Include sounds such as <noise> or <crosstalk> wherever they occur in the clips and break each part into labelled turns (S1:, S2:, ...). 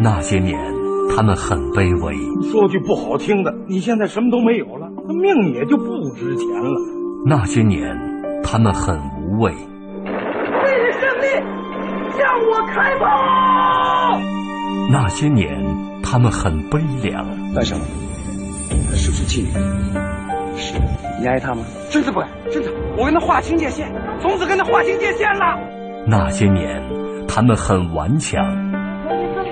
S1: 那些年，他们很卑微。
S2: 说句不好听的，你现在什么都没有了，那命也就不值钱了。
S1: 那些年，他们很无畏。
S3: 为了胜利，向我开炮！
S1: 那些年，他们很悲凉。
S4: 带上了，他是不是妓女？是。你爱他吗？
S5: 真的不爱，真的。我跟他划清界限，从此跟他划清界限了。
S1: 那些年，他们很顽强。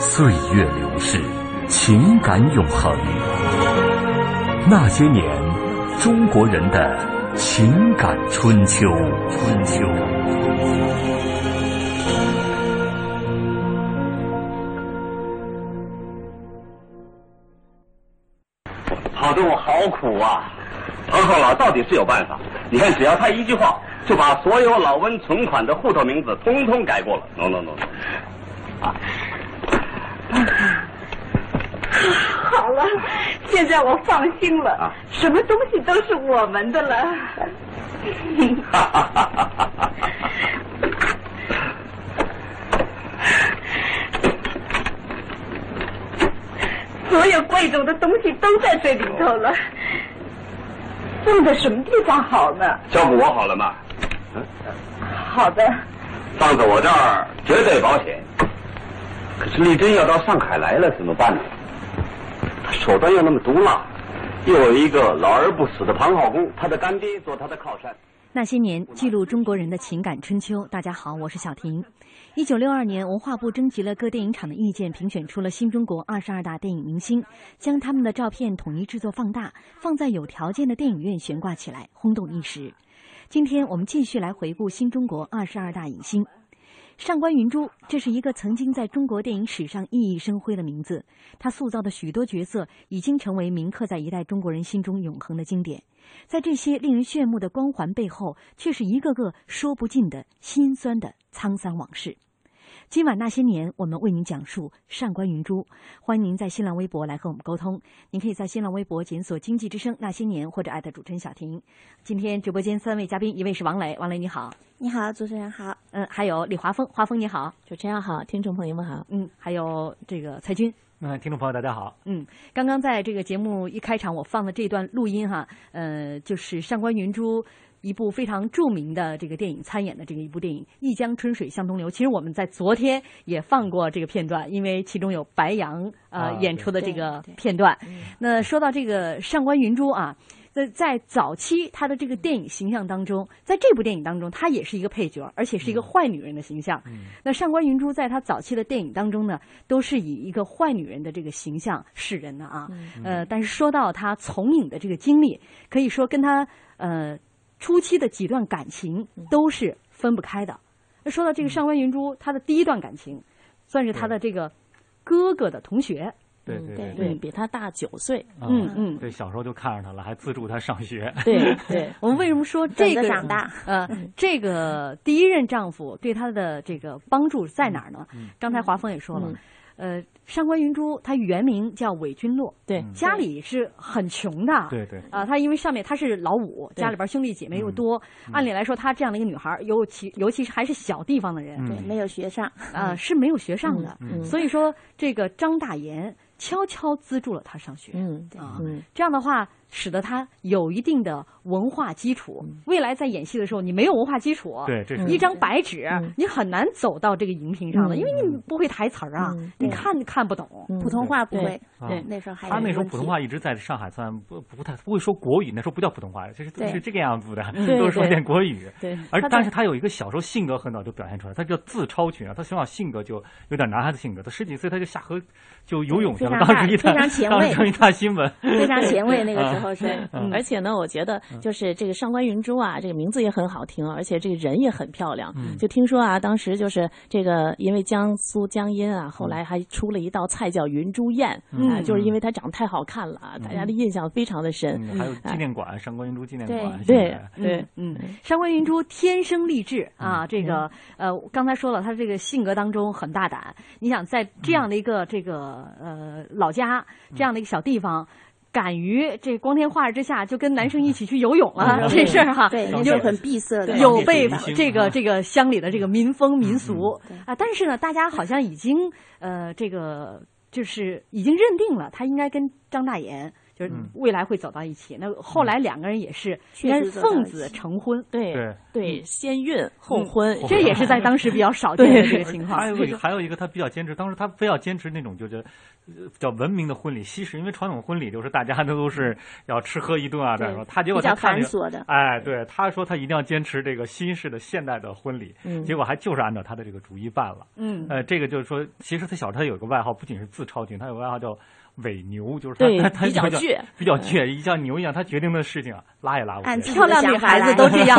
S1: 岁月流逝，情感永恒。那些年，中国人的情感春秋。春秋。
S6: 跑动物好苦啊！王后老到底是有办法。你看，只要他一句话，就把所有老温存款的户头名字通通改过了。no no no, no.。啊！
S7: 好了，现在我放心了，啊、什么东西都是我们的了。
S3: <laughs>
S7: 所有贵重的东西都在这里头了，放在什么地方好呢？
S6: 交给我好了嘛。
S7: 嗯，好的。
S6: 放在我这儿绝对保险。可是丽珍要到上海来了，怎么办呢？她手段又那么毒辣，又有一个老而不死的庞浩公，他的干爹做他的靠山。
S8: 那些年，记录中国人的情感春秋。大家好，我是小婷。一九六二年，文化部征集了各电影厂的意见，评选出了新中国二十二大电影明星，将他们的照片统一制作放大，放在有条件的电影院悬挂起来，轰动一时。今天我们继续来回顾新中国二十二大影星。上官云珠，这是一个曾经在中国电影史上熠熠生辉的名字。他塑造的许多角色已经成为铭刻在一代中国人心中永恒的经典。在这些令人炫目的光环背后，却是一个个说不尽的心酸的沧桑往事。今晚那些年，我们为您讲述上官云珠。欢迎您在新浪微博来和我们沟通。您可以在新浪微博检索“经济之声那些年”或者艾特主持人小婷。今天直播间三位嘉宾，一位是王磊，王磊你好，
S9: 你好，主持人好。
S8: 嗯，还有李华峰，华峰你好，
S10: 主持人好，听众朋友们好。
S8: 嗯，还有这个蔡军。
S11: 嗯，听众朋友大家好。
S8: 嗯，刚刚在这个节目一开场，我放的这段录音哈，呃，就是上官云珠。一部非常著名的这个电影参演的这个一部电影《一江春水向东流》，其实我们在昨天也放过这个片段，因为其中有白杨呃、啊、演嗯出的这个片段。那说到这个上官云珠啊，在在早期她的这个电影形象当中，在这部电影当中，她也是一个配角，而且是一个坏女人的形象。嗯、那上官云珠在她早期的电影当中呢，都是以一个坏女人的这个形象示人的啊。嗯、呃，但是说到她从影的这个经历，可以说跟她呃。初期的几段感情
S11: 嗯
S8: 都是分不开的。说到这个上官云珠，她的第一段感情，算是她的这个哥哥的同学。
S9: 嗯
S11: 对对对,啊
S10: 对，嗯比他大九岁。
S8: 嗯嗯，
S11: 对，小时候就看着他了，还资助他上学。
S10: 对
S11: <laughs>
S10: 对，
S8: 我们为什么说这个
S9: 长大？
S8: 呃，这个第一任丈夫对她的这个帮助在哪儿呢？
S11: 嗯
S8: 刚才华峰也
S10: 嗯
S8: 说了，呃，上官云珠她原名叫韦君洛，
S10: 对，
S11: 嗯
S8: 家里是很穷的。
S11: 对对。
S8: 啊，她因为上面她是老五，家里边兄弟姐
S11: 嗯
S8: 妹又多，按理来说她这样的一个女孩，尤其尤其是还是小地方的人，
S11: 嗯
S9: 对，没有学上
S8: 啊，是没有学上的。所以说，这个张大岩。悄悄资助了他上学，
S10: 嗯
S8: 啊，这样的话使得他有一定的文化基础。
S9: 嗯
S8: 未来在演戏的时候，你没有文化基础，
S11: 对，这是
S8: 一张白纸，
S9: 嗯
S8: 你很难走到这个荧屏上的，因为你不会台词儿啊，
S9: 嗯
S8: 你看看不懂，
S9: 普通话不会。
S10: 对，
S9: 嗯那时候还
S11: 嗯啊他那时候普通话一直在上海算不不太不会说国语，那时候不叫普通话，就是是这个样子的，
S9: 嗯
S11: 都是说点国语。
S10: 对，
S11: 而但是他有一个小时候性格很早就表现出来，他叫自超群啊，他从小性格就有点男孩子性格，他十几岁他就下河就游泳去。
S9: 非常大，非常前卫，
S11: 当成一大新闻，
S9: <laughs>
S11: 啊
S9: 非常前卫。那个时
S12: 后后
S11: <laughs>
S12: 生。嗯
S9: 而且呢，我觉得
S11: 嗯
S9: 就是这个上官云珠啊，这个名字也很好听，啊而且这个人也很漂亮。
S12: 嗯
S9: 就听说啊，当时就是这个，因为江苏江阴啊，后来还出了一道菜叫云珠宴，
S11: 嗯嗯
S9: 啊，就是因为她长得太好看了，啊，大家的印象非常的深。
S11: 还有
S9: 哎
S11: 纪念馆，上官云珠纪念馆，
S9: 对
S12: 啊
S11: 现在
S9: 对，
S8: 嗯，上官云珠天生丽质
S12: 嗯
S8: 啊，这个呃，刚才说了，她这个性格当中很大胆。你想在这样的一
S12: 嗯
S8: 个这个呃老家这样的一个小地方。敢于这光天化日之下就跟男生一起去游泳啊，
S12: 嗯
S8: 这事儿哈，
S12: 对
S8: 你
S12: 那
S8: 就
S12: 时候很闭塞的
S8: 有被
S12: 当地是明星
S8: 这个
S12: 啊
S8: 这个乡里的这个民风民俗啊，但是呢，大家好像已经呃这个就是已经认定了他应该跟张大眼。就是
S9: 嗯
S8: 未来会走到一起，那后来两个人也是，应
S9: 确
S8: 该
S9: 实
S8: 是
S9: 走到
S8: 奉
S9: 一
S8: 子
S9: 起
S8: 成婚，
S9: 对
S11: 对
S9: 对，先孕后婚
S11: 嗯，
S8: 这也是在当时比较少见的这个情况。
S11: 还有一个还有一个，他比较坚持，当时他非要坚持那种就是呃叫文明的婚礼西式，因为传统婚礼就是大家都是要吃喝一顿啊，再说他结果他
S12: 比较
S11: 看那
S12: 繁琐
S11: 个
S12: 的
S11: 哎，对，他说他一定要坚持这个新式的现代的婚礼，
S12: 嗯
S11: 结果还就是按照他的这个主意办了。
S12: 嗯
S11: 呃，这个就是说，其实他小时候他有一个外号，不仅是字超群，他有个外号叫伪牛，就是
S9: 对
S11: 他他他
S9: 比较
S11: 叫
S9: 倔
S11: 比
S8: 嗯
S11: 较倔，一像牛一样，他决定的事情啊，拉也拉不
S12: 按
S11: 下来
S12: 漂亮女孩子都这样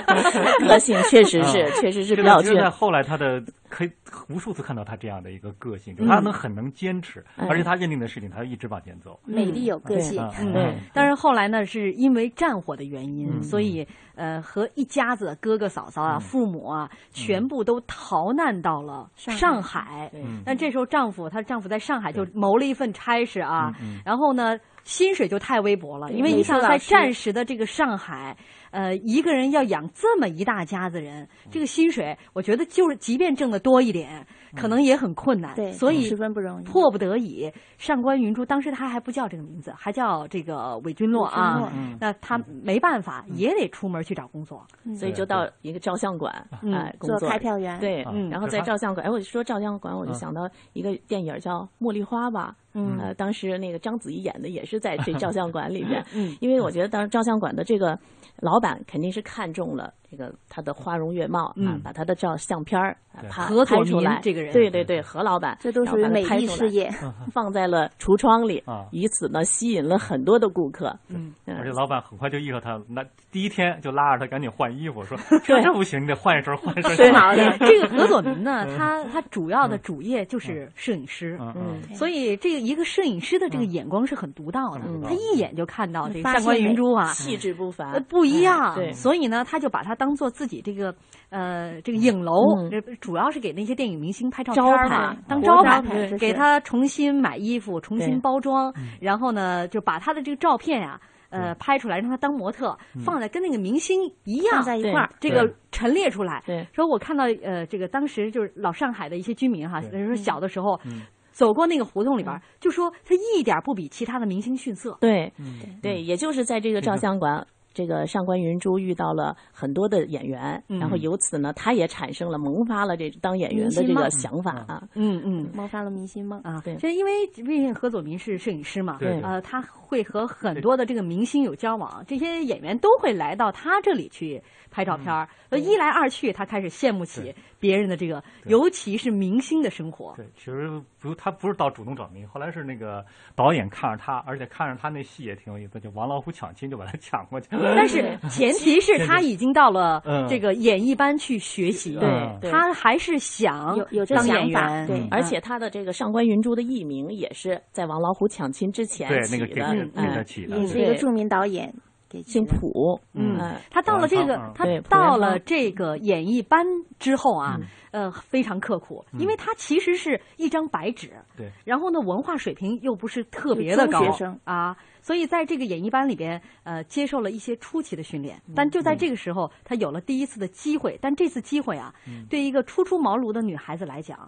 S9: <laughs> 个性确实是
S11: 嗯
S9: 确实是比
S11: 这个
S9: 较
S11: 其实
S9: 倔
S11: 在后来他的可以无数次看到他这样的一个个性，就是他
S8: 嗯
S11: 能很能坚持，
S9: 嗯
S8: 哎
S11: 而且他认定的事情他就一直往前走。
S8: 美丽有
S11: 个性嗯
S8: 对
S11: 嗯。
S8: 但是后来呢，是因为战火的原因，
S11: 嗯
S8: 所以呃，和一家子哥哥嫂嫂啊、
S9: 嗯
S8: 父母啊，全部都逃难到了上
S9: 上
S8: 海
S9: 对嗯。
S8: 那这时候丈夫，她丈夫在上海就谋了一份差事啊
S9: 嗯嗯，
S8: 然后呢，薪水就太微薄了，
S9: 对
S8: 因为你
S9: 美术
S8: 想在
S9: 老师
S8: 战时的这个上海。呃，一个人要养这么一大家子人，这个薪水，我觉得就是即便挣得多一点，可
S9: 嗯
S8: 能也很困难。
S12: 对
S8: 所以
S12: 十分不容易
S8: 迫不得已，上官云珠当时她还不叫这个名字，还叫这个韦君洛
S9: 韦君
S8: 啊
S9: 洛嗯。
S8: 那她没办法，也得出门去找工作，
S9: 所以就到一个照相馆，
S8: 嗯
S9: 哎，
S12: 嗯
S9: 工
S12: 做
S9: 作
S12: 开票员
S9: 对，
S12: 嗯
S9: 然后
S12: 就
S9: 在
S12: 他
S9: 照相馆，哎，我就说照相馆，我就
S12: 嗯
S9: 想到一个电影叫《茉莉花》吧，
S12: 嗯
S9: 呃，当时那个章子怡演的也是在这照相馆里边，
S12: <laughs> 嗯
S9: 因为我觉得当时照相馆的这个老板肯定是看中了这个他的花容月貌啊
S12: 嗯，
S9: 把他的照相片儿啊
S12: 对
S9: 拍
S12: 何佐
S9: 拍出
S12: 民
S9: 来，
S12: 这个人啊
S9: 对对对，何老板，
S12: 这都
S9: 然后
S12: 属于
S9: 把它
S12: 美
S9: 拍
S12: 丽
S9: 出来
S12: 事业
S9: <laughs>
S12: 啊
S9: 放在了橱窗里，以此呢吸引了很多的顾客，
S8: 嗯，
S11: 而且老板很快就意识到他，那第一天就拉着他赶紧换衣
S9: <laughs>
S11: 服，说这这不行，你得换一身 <laughs> 换一
S8: <laughs>
S11: 身。
S8: 是毛的。这个何佐民呢，他他主要的主业就是摄影师，
S11: 嗯
S12: 嗯
S8: 所以这个一个摄影师的这个眼光是很独到的，
S11: 嗯
S8: 他一眼就看到这个
S9: 嗯发
S8: 上官
S9: 现
S8: 云珠啊，
S9: 气质哎不凡
S8: 呃，不一
S12: 哎
S8: 样，
S9: 嗯对，
S8: 所以呢，他就把它当做自己这个呃这个影楼
S9: 嗯，
S8: 这主要是给那些电影明星拍照
S9: 招
S8: 片儿
S9: 牌
S8: 嘛，当
S9: 活
S8: 招
S9: 招
S8: 牌
S9: 牌这，是
S8: 给他重新买衣服，重新
S9: 对嗯
S8: 包装，然后呢，就把他的这个照片啊。呃，拍出来让他当模特，
S9: 嗯
S8: 放在跟那个明星一样
S9: 放在一块儿
S8: 这
S9: 对
S8: 个陈列出来。
S9: 对，
S8: 说我看到呃，这个当时就是老上海的一些居民哈，就是说小的时候
S9: 嗯
S8: 走过那个胡同里边儿，就说他一点儿不比其他的明星逊色。
S9: 对，
S8: 嗯
S9: 对，也就是在这个照相馆，这个上官云珠遇到了很多的演员，
S8: 嗯
S9: 然后由此呢，她也产生了萌发了这当演员的这个想法啊。
S8: 嗯 <laughs> 嗯，
S12: 萌发了明星梦
S8: 啊。
S9: 对
S8: 这因为毕竟何佐民是摄影师嘛，
S9: 对
S8: 呃，他会和很多的这个明星有交往，这些演员都会来到他这里去拍照片儿。所以一来二去，他开始羡慕起别人的这个，尤其是明星的生活。
S11: 对，其实不，他不是到主动找明星，后来是那个导演看着他，而且看着他那戏也挺有意思，就王老虎抢亲就把他 <laughs> 抢过去了。
S8: 但是 <laughs> 前提
S11: <laughs>
S8: 是他已经到了
S11: 嗯
S8: 这个演艺班去学习，
S9: 对对
S8: 他还是想
S9: 有有这
S8: 当
S9: 想
S8: 演
S9: 法
S8: 员，嗯
S9: 对，而且他的这个上官云珠的艺名也是在王老虎抢亲之前
S11: 对
S9: 起的
S11: 那个，给给给他
S9: 嗯
S11: 起的
S12: 也是一个著名导演，给
S9: 姓朴，
S8: 嗯
S9: 哎
S8: 他到了这个，他
S9: 对
S8: 到
S9: 朴元
S8: 了
S9: 芳
S8: 这个演艺班之后啊，呃，非常刻苦，因为他其实是一张白纸，
S11: 对，
S8: 然后呢，文化水平又不是特别的高
S12: 中学生
S8: 啊，所以在这个演艺班里边，呃，接受了一些初期的
S9: 嗯
S8: 训练，但就在这个时候，他有了第一次的机会，但这次机会啊，
S9: 嗯
S8: 对一个初出茅庐的女孩子来讲，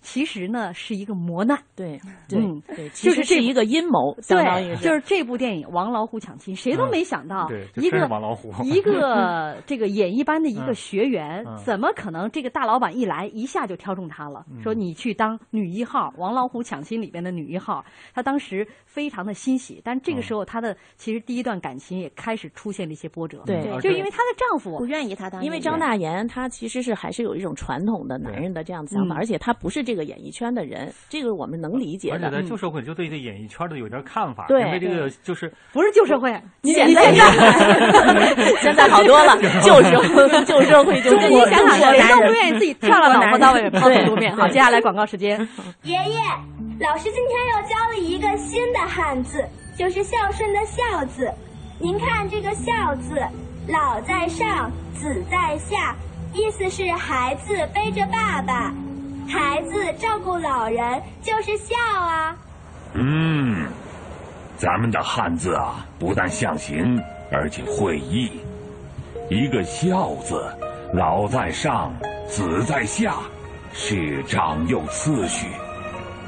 S8: 其实呢是一个磨难，
S9: 对
S8: 嗯
S9: 对对，其
S8: 就
S9: 实
S8: 是这
S9: 是一个阴谋，相当于
S8: 对，就是这部电影《王老虎抢亲》，谁都没想到
S11: 嗯对就
S8: 一
S11: 真
S8: 个
S11: 是王老虎
S8: 一
S11: <laughs>
S8: 个这个演艺班的一个
S11: 嗯
S8: 学员
S11: 嗯，
S8: 怎么可能这个大老板一来一下就挑中他了？说你去
S11: 嗯
S8: 当女一号，《王老虎抢亲》里边的女一号，他当时非常的欣喜，但这个时候，她的其实第一段感情也开始出现了一些波折。
S11: 嗯
S9: 对
S8: 就因为她的丈夫
S12: 不愿意她当，
S9: 因为张大妍她其实是还是有一种传统的男人的这样的想法，
S11: 嗯
S9: 而且她不是这个演艺圈的人，这个我们能理解
S11: 而且
S9: 的。
S11: 在旧
S9: 嗯
S11: 社会就对这演艺圈的有点看法，
S9: 对
S11: 因为这个就是
S8: 不是旧社会，啊你
S9: 现
S8: 你
S9: 在
S8: 现 <laughs>
S9: 在现在好
S11: <laughs>
S9: 多了，旧社会旧社会就是
S8: 你想
S9: 中国
S8: 想，谁都不
S9: 男
S8: 愿意
S9: 人
S8: 自己跳了老婆到外面抛头露面。
S9: 对
S8: 好，
S9: 对
S8: 接下来广告时间。
S9: <laughs>
S13: 爷爷，老师今天又教了一个新的汉字，就是孝顺的孝字。您看这个孝字，老在上，子在下，意思是孩子背着爸爸，孩子照顾老人就是孝啊。
S14: 嗯，咱们的汉字啊，不但象形，而且会意。一个“孝”字，老在上，子在下，是长幼次序。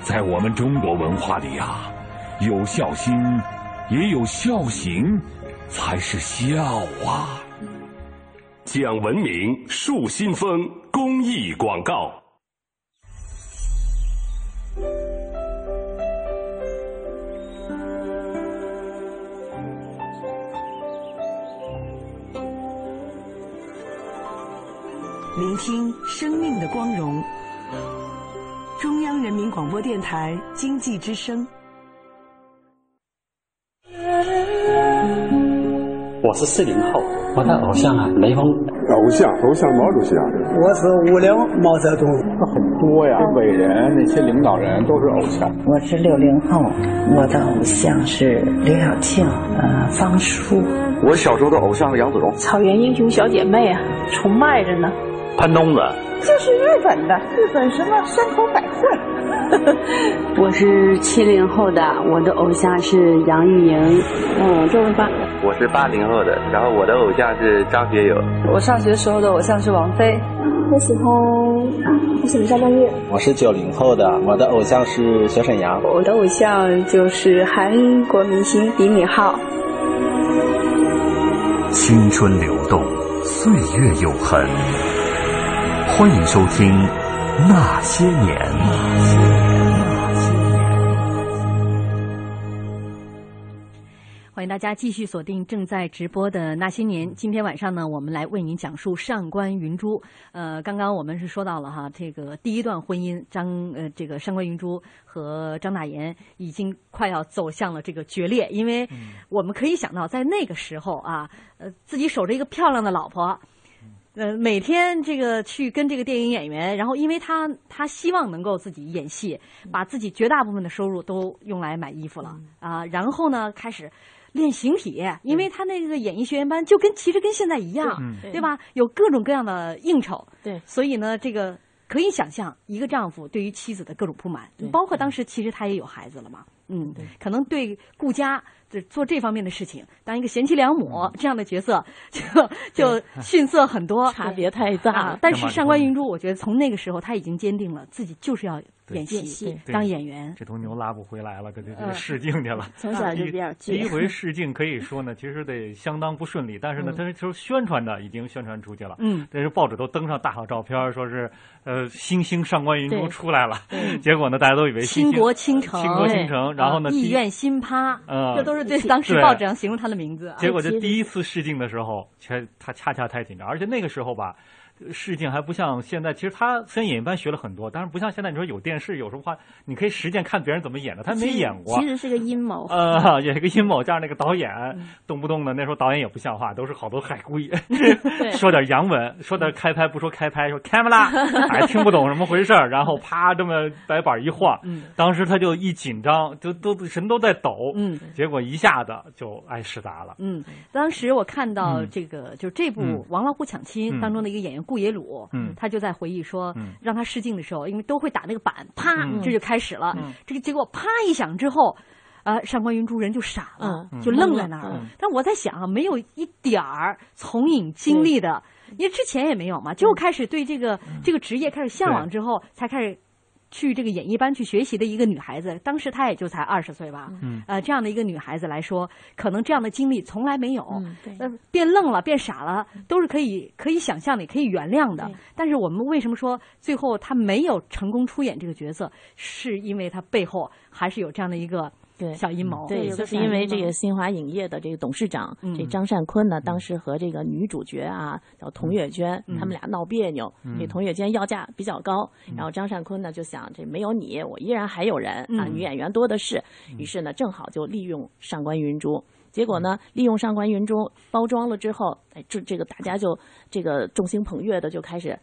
S14: 在我们中国文化里啊，有孝心，也有孝行，才是孝啊。
S15: 讲文明树新风公益广告。
S16: 聆听生命的光荣。中央人民广播电台经济之声。
S17: 我是四零后，我的偶像啊，雷锋。
S18: 偶像，偶像毛主席啊！我是五零毛泽东。他很多呀，伟人那些领导人都是偶像。
S7: 我是六零后，我的偶像是刘晓庆，呃，方舒，
S19: 我小时候的偶像是杨子荣，
S7: 草原英雄小姐妹啊，崇拜着呢。
S19: 潘东子，
S7: 这是日本的，日本什么山口百惠， <laughs>
S20: 我是七零后的，我的偶像是杨钰莹，嗯，周润发。
S21: 我是八零后的，然后我的偶像是张学友。
S22: 我上学时候的偶像是王菲。
S20: 我喜欢，我喜欢张曼玉。
S23: 我是九零后的，我的偶像是小沈阳。
S22: 我的偶像就是韩国明星李敏镐。
S1: 青春流动，岁月有痕。欢迎收听《那些年》。
S8: 欢迎大家继续锁定正在直播的《那些年》。今天晚上呢，我们来为您讲述上官云珠。呃，刚刚我们是说到了哈，这个第一段婚姻，张呃，这个上官云珠和张大妍已经快要走向了这个决裂，因为
S9: 嗯
S8: 我们可以想到，在那个时候啊，呃，自己守着一个漂亮的老婆，呃，每天这个去跟这个电影演员，然后因为他他希望能够自己演戏，把自己绝大部分的收入都用来买衣服
S9: 嗯
S8: 了啊，然后呢开始。练形体，因为他那个演艺学院班就跟其实跟现在一样，
S9: 对嗯
S8: 对吧？有各种各样的应酬，
S9: 对，
S8: 所以呢，这个可以想象一个丈夫对于妻子的各种不满，包
S9: 嗯
S8: 括当时其实他也有孩子了嘛，嗯，可能对顾家就是做这方面的事情，当一个贤妻良母、
S11: 嗯
S8: 这样的角色， <laughs> 就就逊色很
S11: <laughs>
S8: 多，
S9: 差别太大
S8: 啊
S9: 了
S8: 但是上官云珠，我觉得从那个时候他已经坚定了自己就是要
S11: 对
S8: 演
S11: 对
S8: 戏
S11: 对
S8: 当演员，
S11: 这头牛拉不回来了，可就
S8: 嗯
S11: 就试镜去了。
S8: 从小就比较
S11: 第一
S8: 倔
S11: 第一回试镜可以说呢，其实得相当不顺利，但是呢，
S8: 嗯
S11: 他就是宣传的已经宣传出去了，
S8: 嗯
S11: 这是报纸都登上大好照片，说是呃新星上官云珠
S8: 对
S11: 出来了， <laughs> 结果呢，大家都以为新
S8: 倾
S11: 星
S8: 国倾城，
S11: 呃倾国倾城，然后呢，
S8: 啊
S11: 第
S8: 意
S11: 一
S8: 愿新趴，
S11: 嗯
S8: 这都是对当时
S11: 对
S8: 报纸上形容他的名字啊。
S11: 结果这第一次试镜的时候，却他恰恰太紧张，而且那个时候吧，呃试镜还不像现在。其实他虽然演员班学了很多，但是不像现在你说有电视，有什么话你可以实践看别人怎么演的，他没演过。
S12: 其实嗯是个阴谋。
S11: 呃，也是个阴谋，加上那个导演，动不动的那时候导演也不像话，都是好多海归， <laughs> 说点洋文，说点开拍不说开拍，说开
S12: <laughs>
S11: 不啦，哎，听不懂什么回事儿，然后啪这么白板一晃，
S8: 嗯
S11: 当时他就一紧张，就都人都在抖，
S8: 嗯，
S11: 结果一下子就哎失答了，
S8: 嗯，当时我看到
S11: 嗯
S8: 这个，就这部
S11: 嗯
S8: 《王老虎抢亲》当中的一个演员顾野鲁，
S11: 嗯
S8: 他就在回忆说
S11: 嗯，
S8: 让他试镜的时候，因为都会打那个板，啪
S9: 嗯，
S8: 这就开始了
S9: 嗯。
S8: 这个结果啪一响之后。呃，上官云珠人就傻了，
S9: 嗯
S8: 就愣在那儿了。
S9: 嗯
S8: 但我在想啊，没有一点儿从影经历的，因为之前也没有嘛，就开始对这个、
S11: 嗯
S8: 这个职业开始向往之后，才开始去这个演艺班去学习的一个女孩子，当时她也就才二十岁吧，
S24: 嗯
S8: 呃，这样的一个女孩子来说，可能这样的经历从来没有，
S24: 嗯对
S8: 呃，变愣了，变傻了，都是可以可以想象的，也可以原谅的。但是我们为什么说最后她没有成功出演这个角色，是因为她背后还是有这样的一个
S9: 对
S8: 小阴谋，
S9: 嗯对，就是因为这个新华影业的这个董事长这张善坤呢，当时和这个女主角啊叫童月娟，他们俩闹别扭，这童月娟要价比较高，然后张善坤呢就想这没有你，我依然还有人啊，女演员多的是，于是呢正好就利用上官云珠。结果呢，利用上官云珠包装了之后，哎，这这个大家就这个众星捧月的就开始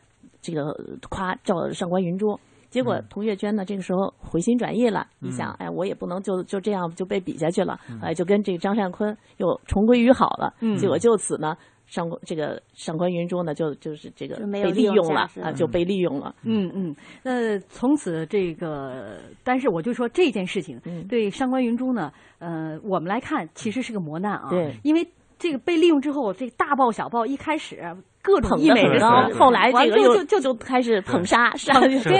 S9: 这个夸赵上官云珠。结果童月娟呢，这个时候回心转意了，一想，哎，我也不能就就这样就被比下去了，
S11: 嗯
S9: 哎，就跟这个张善坤又重归于好了。结果就此呢。上官这个上官云珠呢，就就是这个被利用了啊，就被利用了。
S8: 嗯嗯，那从此这个，但是我就说这件事情、嗯、对上官云珠呢，呃，我们来看其实是个磨难啊，
S9: 对，
S8: 因为这个被利用之后，这大报小报一开始。各种
S9: 捧美高，后来这个
S8: 就
S9: 就就开始捧杀，杀
S8: 对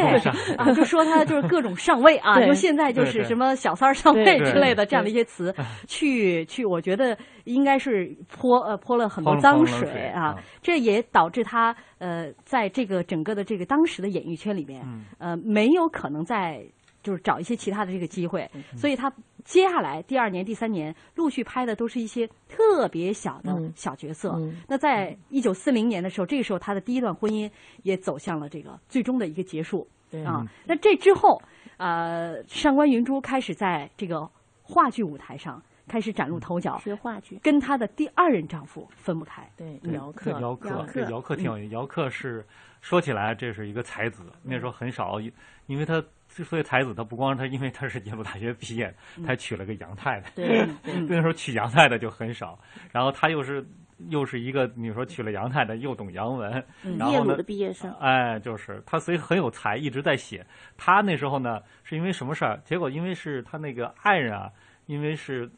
S8: 啊，就说他就是各种上位
S9: <laughs>
S8: 啊，就现在就是什么小三儿上位之类的这样的一些词，去去，我觉得应该是泼呃泼了很多脏水啊，这也导致他呃在这个整个的这个当时的演艺圈里面，呃没有可能在就是找一些其他的这个机会，所以他。接下来第二年、第三年陆续拍的都是一些特别小的小角色。嗯嗯、那在一九四零年的时候，这个时候他的第一段婚姻也走向了这个最终的一个结束。啊，那这之后，呃，上官云珠开始在这个话剧舞台上开始崭露头角，
S12: 学话剧，
S8: 跟她的第二任丈夫分不开。嗯
S12: 对，
S9: 姚克，
S11: 姚克，对，姚
S12: 嗯
S11: 克挺有意思。姚克是说起来这是一个才子，那时
S12: 嗯
S11: 候很少，因为他。之所以才子，他不光是他，因为他是耶鲁大学毕业，
S12: 嗯
S11: 他娶了个洋太太。 <laughs>
S9: 对，那
S11: 时候娶洋太太就很少。然后他又是又是一个，你说娶了洋太太又懂洋文，然后
S12: 呢，的嗯毕业生。
S11: 哎，就是他，所以很有才，一直在写。他那时候呢，是因为什么事儿？结果因为是他那个爱人啊，因为是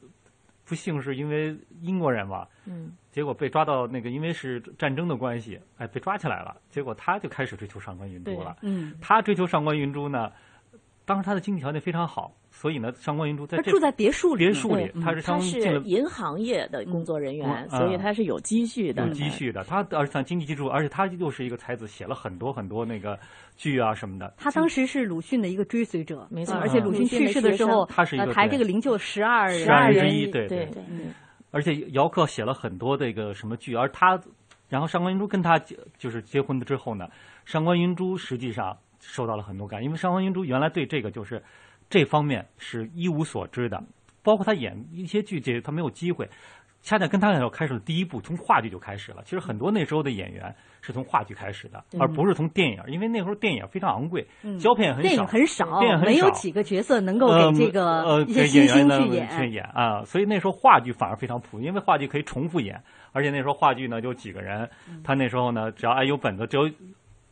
S11: 不幸是因为英国人嘛，
S9: 嗯，
S11: 结果被抓到那个，因为是战争的关系，哎，被抓起来了。结果他就开始追求上官云珠了。
S9: 嗯，
S11: 他追求上官云珠呢。当时他的经济条件非常好，所以呢，上官云珠在
S8: 他住在别墅里，嗯
S11: 别墅里他
S9: 是
S11: 他
S9: 是银行业的工作人员，所以他是有积蓄的，
S11: 嗯
S8: 嗯
S9: 哎
S11: 有积蓄的。他而且他经济基础，而且他又是一个才子，写了很多很多那个剧啊什么的。
S8: 他当时是鲁迅的一个追随者，
S9: 没错。
S8: 而且鲁迅去世的时候，
S11: 他是一个
S8: 排这个灵柩十二
S11: 十二
S8: 人
S11: 之一，对嗯
S9: 对。
S8: 嗯
S11: 而且姚克写了很多这个什么剧，而他，然后上官云珠跟他就是结婚了之后呢，上官云珠实际上。受到了很多感，因为上官云珠原来对这个就是这方面是一无所知的，包括他演一些剧集，他没有机会。恰恰跟他那时候开始的第一步，从话剧就开始了。其实很多那时候的演员是从话剧开始的，而不是从电影，因为那时候电影非常昂贵，胶片很
S8: 嗯少，电影
S11: 很呃
S8: 少，
S11: 电影
S8: 没有几个角色能够给这
S11: 呃
S8: 个一些新星去演
S11: 去演啊。所以那时候话剧反而非常普，因为话剧可以重复演，而且那时候话剧呢就几个人，
S8: 嗯
S11: 他那时候呢只要哎有本子，只有。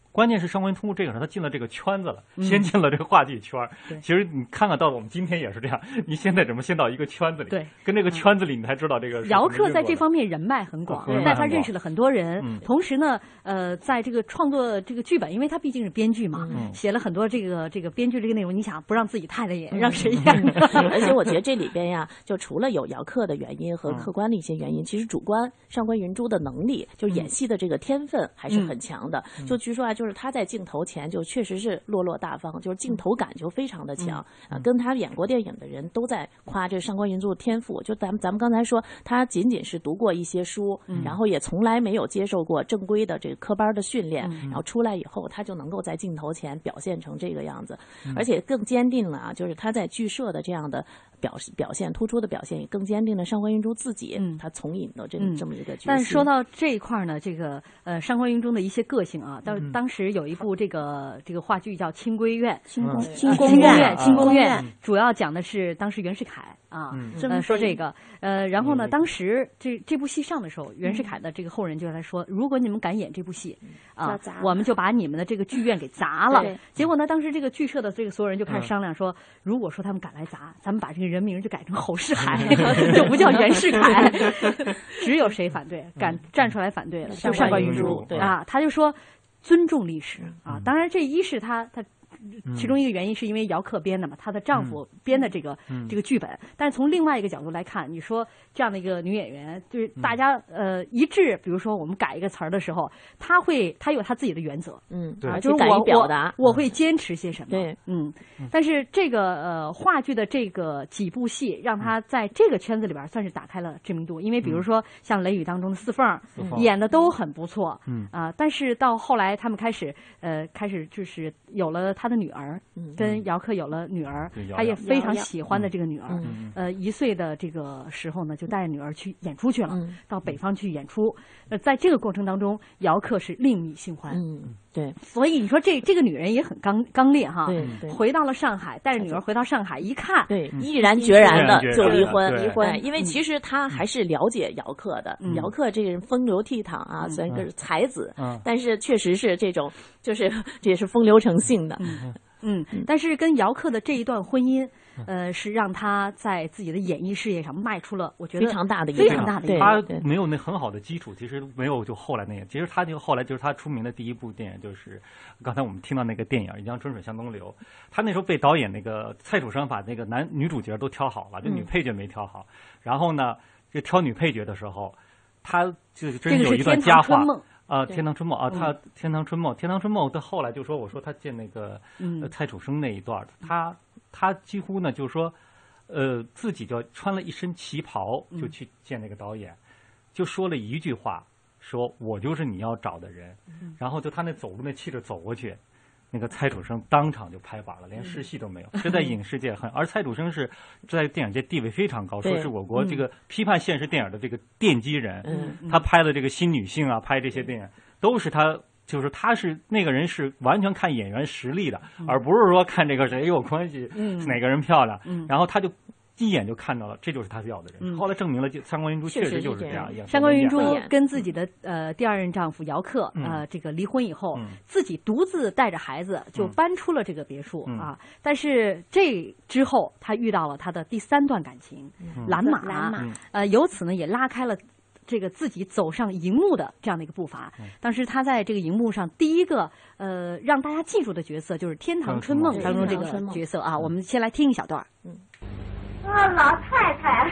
S11: 关键是上官通过这个事，他进了这个圈子了，
S8: 嗯
S11: 先进了这个话剧圈。其实你看看到我们今天也是这样，你现在怎么先到一个圈子里？
S8: 对，嗯
S11: 跟这个圈子里你才知道这个。
S8: 姚克在这方面人脉很广，嗯但他认识了很多人。同时呢，呃，在这个创作这个剧本，因为他毕竟是编剧嘛，写了很多这个这个编剧这个内容。你想不让自己太太演，让
S9: <laughs>
S8: 谁 <laughs> 演？
S9: 嗯而且我觉得这里边呀，就除了有姚克的原因和客观的一些原因，其实主观上官云珠的能力，就演戏的这个天分还是很强的。就据说啊，就是。就是他在镜头前就确实是落落大方，就是镜头感就非常的强、嗯、啊！跟他演过电影的人都在夸这上官云珠的天赋。就咱们咱们刚才说，他仅仅是读过一些书，嗯、然后也从来没有接受过正规的这个科班的训练，嗯、然后出来以后他就能够在镜头前表现成这个样子，而且更坚定了啊！就是他在剧社的这样的。表示表现突出的表现，也更坚定了上官云珠自己，嗯、他从影的这、嗯、这么一个。
S8: 但说到这一块呢，这个呃上官云珠的一些个性啊，当当时有一部这个这个话剧叫《清规院》，啊
S12: 清宫院，
S8: 清宫院主要讲的是当时袁世凯啊，呃说这个呃，然后呢，当时这这部戏上的时候，袁世凯的这个后人就来说，如果你们敢演这部戏啊，我们就把你们的这个剧院给砸了。结果呢，当时这个剧社的这个所有人就开始商量说，如果说他们敢来砸，咱们把这个。人名就改成侯世凯，就不叫袁世凯。只有谁反对，敢站出来反对了，就上官云珠啊！他就说尊重历史啊。当然，这一是他他其中一个原因是因为姚克编的嘛，她的丈夫编的这个、
S25: 嗯
S8: 这个剧本。但是从另外一个角度来看，你说这样的一个女演员，就是大家、呃一致，比如说我们改一个词儿的时候，她会她有她自己的原则，
S9: 嗯，
S11: 对
S8: 啊，
S11: 而
S8: 就
S11: 且
S8: 是
S11: 敢于
S8: 我
S9: 表达
S8: 我我会坚持些什么，
S9: 对，
S8: 嗯。但是这个呃话剧的这个几部戏，让
S25: 嗯
S8: 她在这个圈子里边儿算是打开了知名度，因为比如说像《雷雨》当中的四凤儿
S25: 四
S8: 嗯
S25: 凤
S8: 演的都很不错，
S25: 嗯
S8: 啊、但是到后来他们开始呃开始就是有了他的女儿，
S25: 嗯
S8: 跟姚克有了女儿
S25: 对，姚
S8: 他也
S25: 姚
S8: 非常
S25: 姚
S8: 喜欢的这个女儿，
S25: 嗯嗯
S8: 呃一岁的这个时候呢，就带着女儿去演出去了，
S25: 嗯
S8: 到北方去演出。那在这个过程当中，姚克是另觅新欢，
S9: 嗯，对，
S8: 所以你说这这个女人也很刚刚烈哈，
S9: 对对
S8: 回到了上海，带着女儿回到上海，一看，
S9: 对，毅然决然的就离婚，
S8: 离婚
S9: 哎，因为其实他还是了解姚克的。
S8: 嗯
S9: 姚克这个人风流倜傥啊，虽然个是才子
S8: 嗯，
S9: 但是确实是这种，就是这也是风流成性的。
S8: 嗯，但是跟姚克的这一段婚姻，呃，是让他在自己的演艺事业上迈出了我觉得
S9: 非常大的一
S8: 非
S9: 步
S8: 常大的一
S11: 他
S8: 步。
S11: 没有那很好的基础，其实没有就后来那个，其实他就后来就是他出名的第一部电影就是刚才我们听到那个电影《一江春水向东流》，他那时候被导演那个蔡楚生把那个男女主角都挑好了，就女
S8: 嗯
S11: 配角没挑好，然后呢，就挑女配角的时候，他就
S8: 这
S11: 真
S8: 个
S11: 有
S8: 是
S11: 一段
S8: 天
S11: 佳
S8: 堂春
S11: 话
S8: 梦。
S11: 啊，
S8: 对
S11: 天堂春梦啊，
S8: 嗯
S11: 他天堂春梦，天堂春梦到后来就说，我说他见那个
S8: 嗯
S11: 呃蔡楚生那一段儿，他他几乎呢就是说，呃，自己就穿了一身旗袍就
S8: 嗯
S11: 去见那个导演，就说了一句话，说我就是你要找的人，
S8: 嗯
S11: 然后就他那走路那气质走过去，那个蔡楚生当场就拍板了，连试戏都没有。
S8: 嗯
S11: 这在影视界
S8: <laughs>
S11: 很，而蔡楚生是在电影界地位非常高，
S8: 对
S11: 说是我国
S8: 嗯
S11: 这个批判现实电影的这个奠基人。
S8: 嗯嗯
S11: 他拍的这个新女性啊，拍这些电影都是他。就是他是那个人是完全看演员实力的，而不是说看这个谁有关系，
S8: 嗯
S11: 哪个人漂亮。
S8: 嗯
S11: 然后他就一眼就看到了，这就是他要的人。
S8: 嗯
S11: 后来证明了，就《三国云珠》
S8: 确
S11: 确
S8: 实
S11: 实
S8: 是
S11: 就是
S8: 这
S11: 这
S8: 样
S11: 样。
S8: 山光云珠
S11: 演
S8: 跟自己的呃第二任丈夫姚克
S11: 嗯
S8: 呃这个离婚以后
S11: 嗯，
S8: 自己独自带着孩子就
S11: 嗯
S8: 搬出了这个别墅
S11: 嗯
S8: 啊。但是这之后，她遇到了她的第三段感情
S25: 嗯
S8: 蓝马，
S25: 蓝
S9: 啊
S25: 马嗯
S8: 呃，由此呢也拉开了。这个自己走上荧幕的这样的一个步伐，当时她在这个荧幕上第一个呃让大家记住的角色就是《天堂春梦》
S4: 对
S8: 当中这
S4: 天堂春
S8: 个
S4: 梦
S8: 角色啊，我们先来听一小段儿。
S4: 啊，老太太，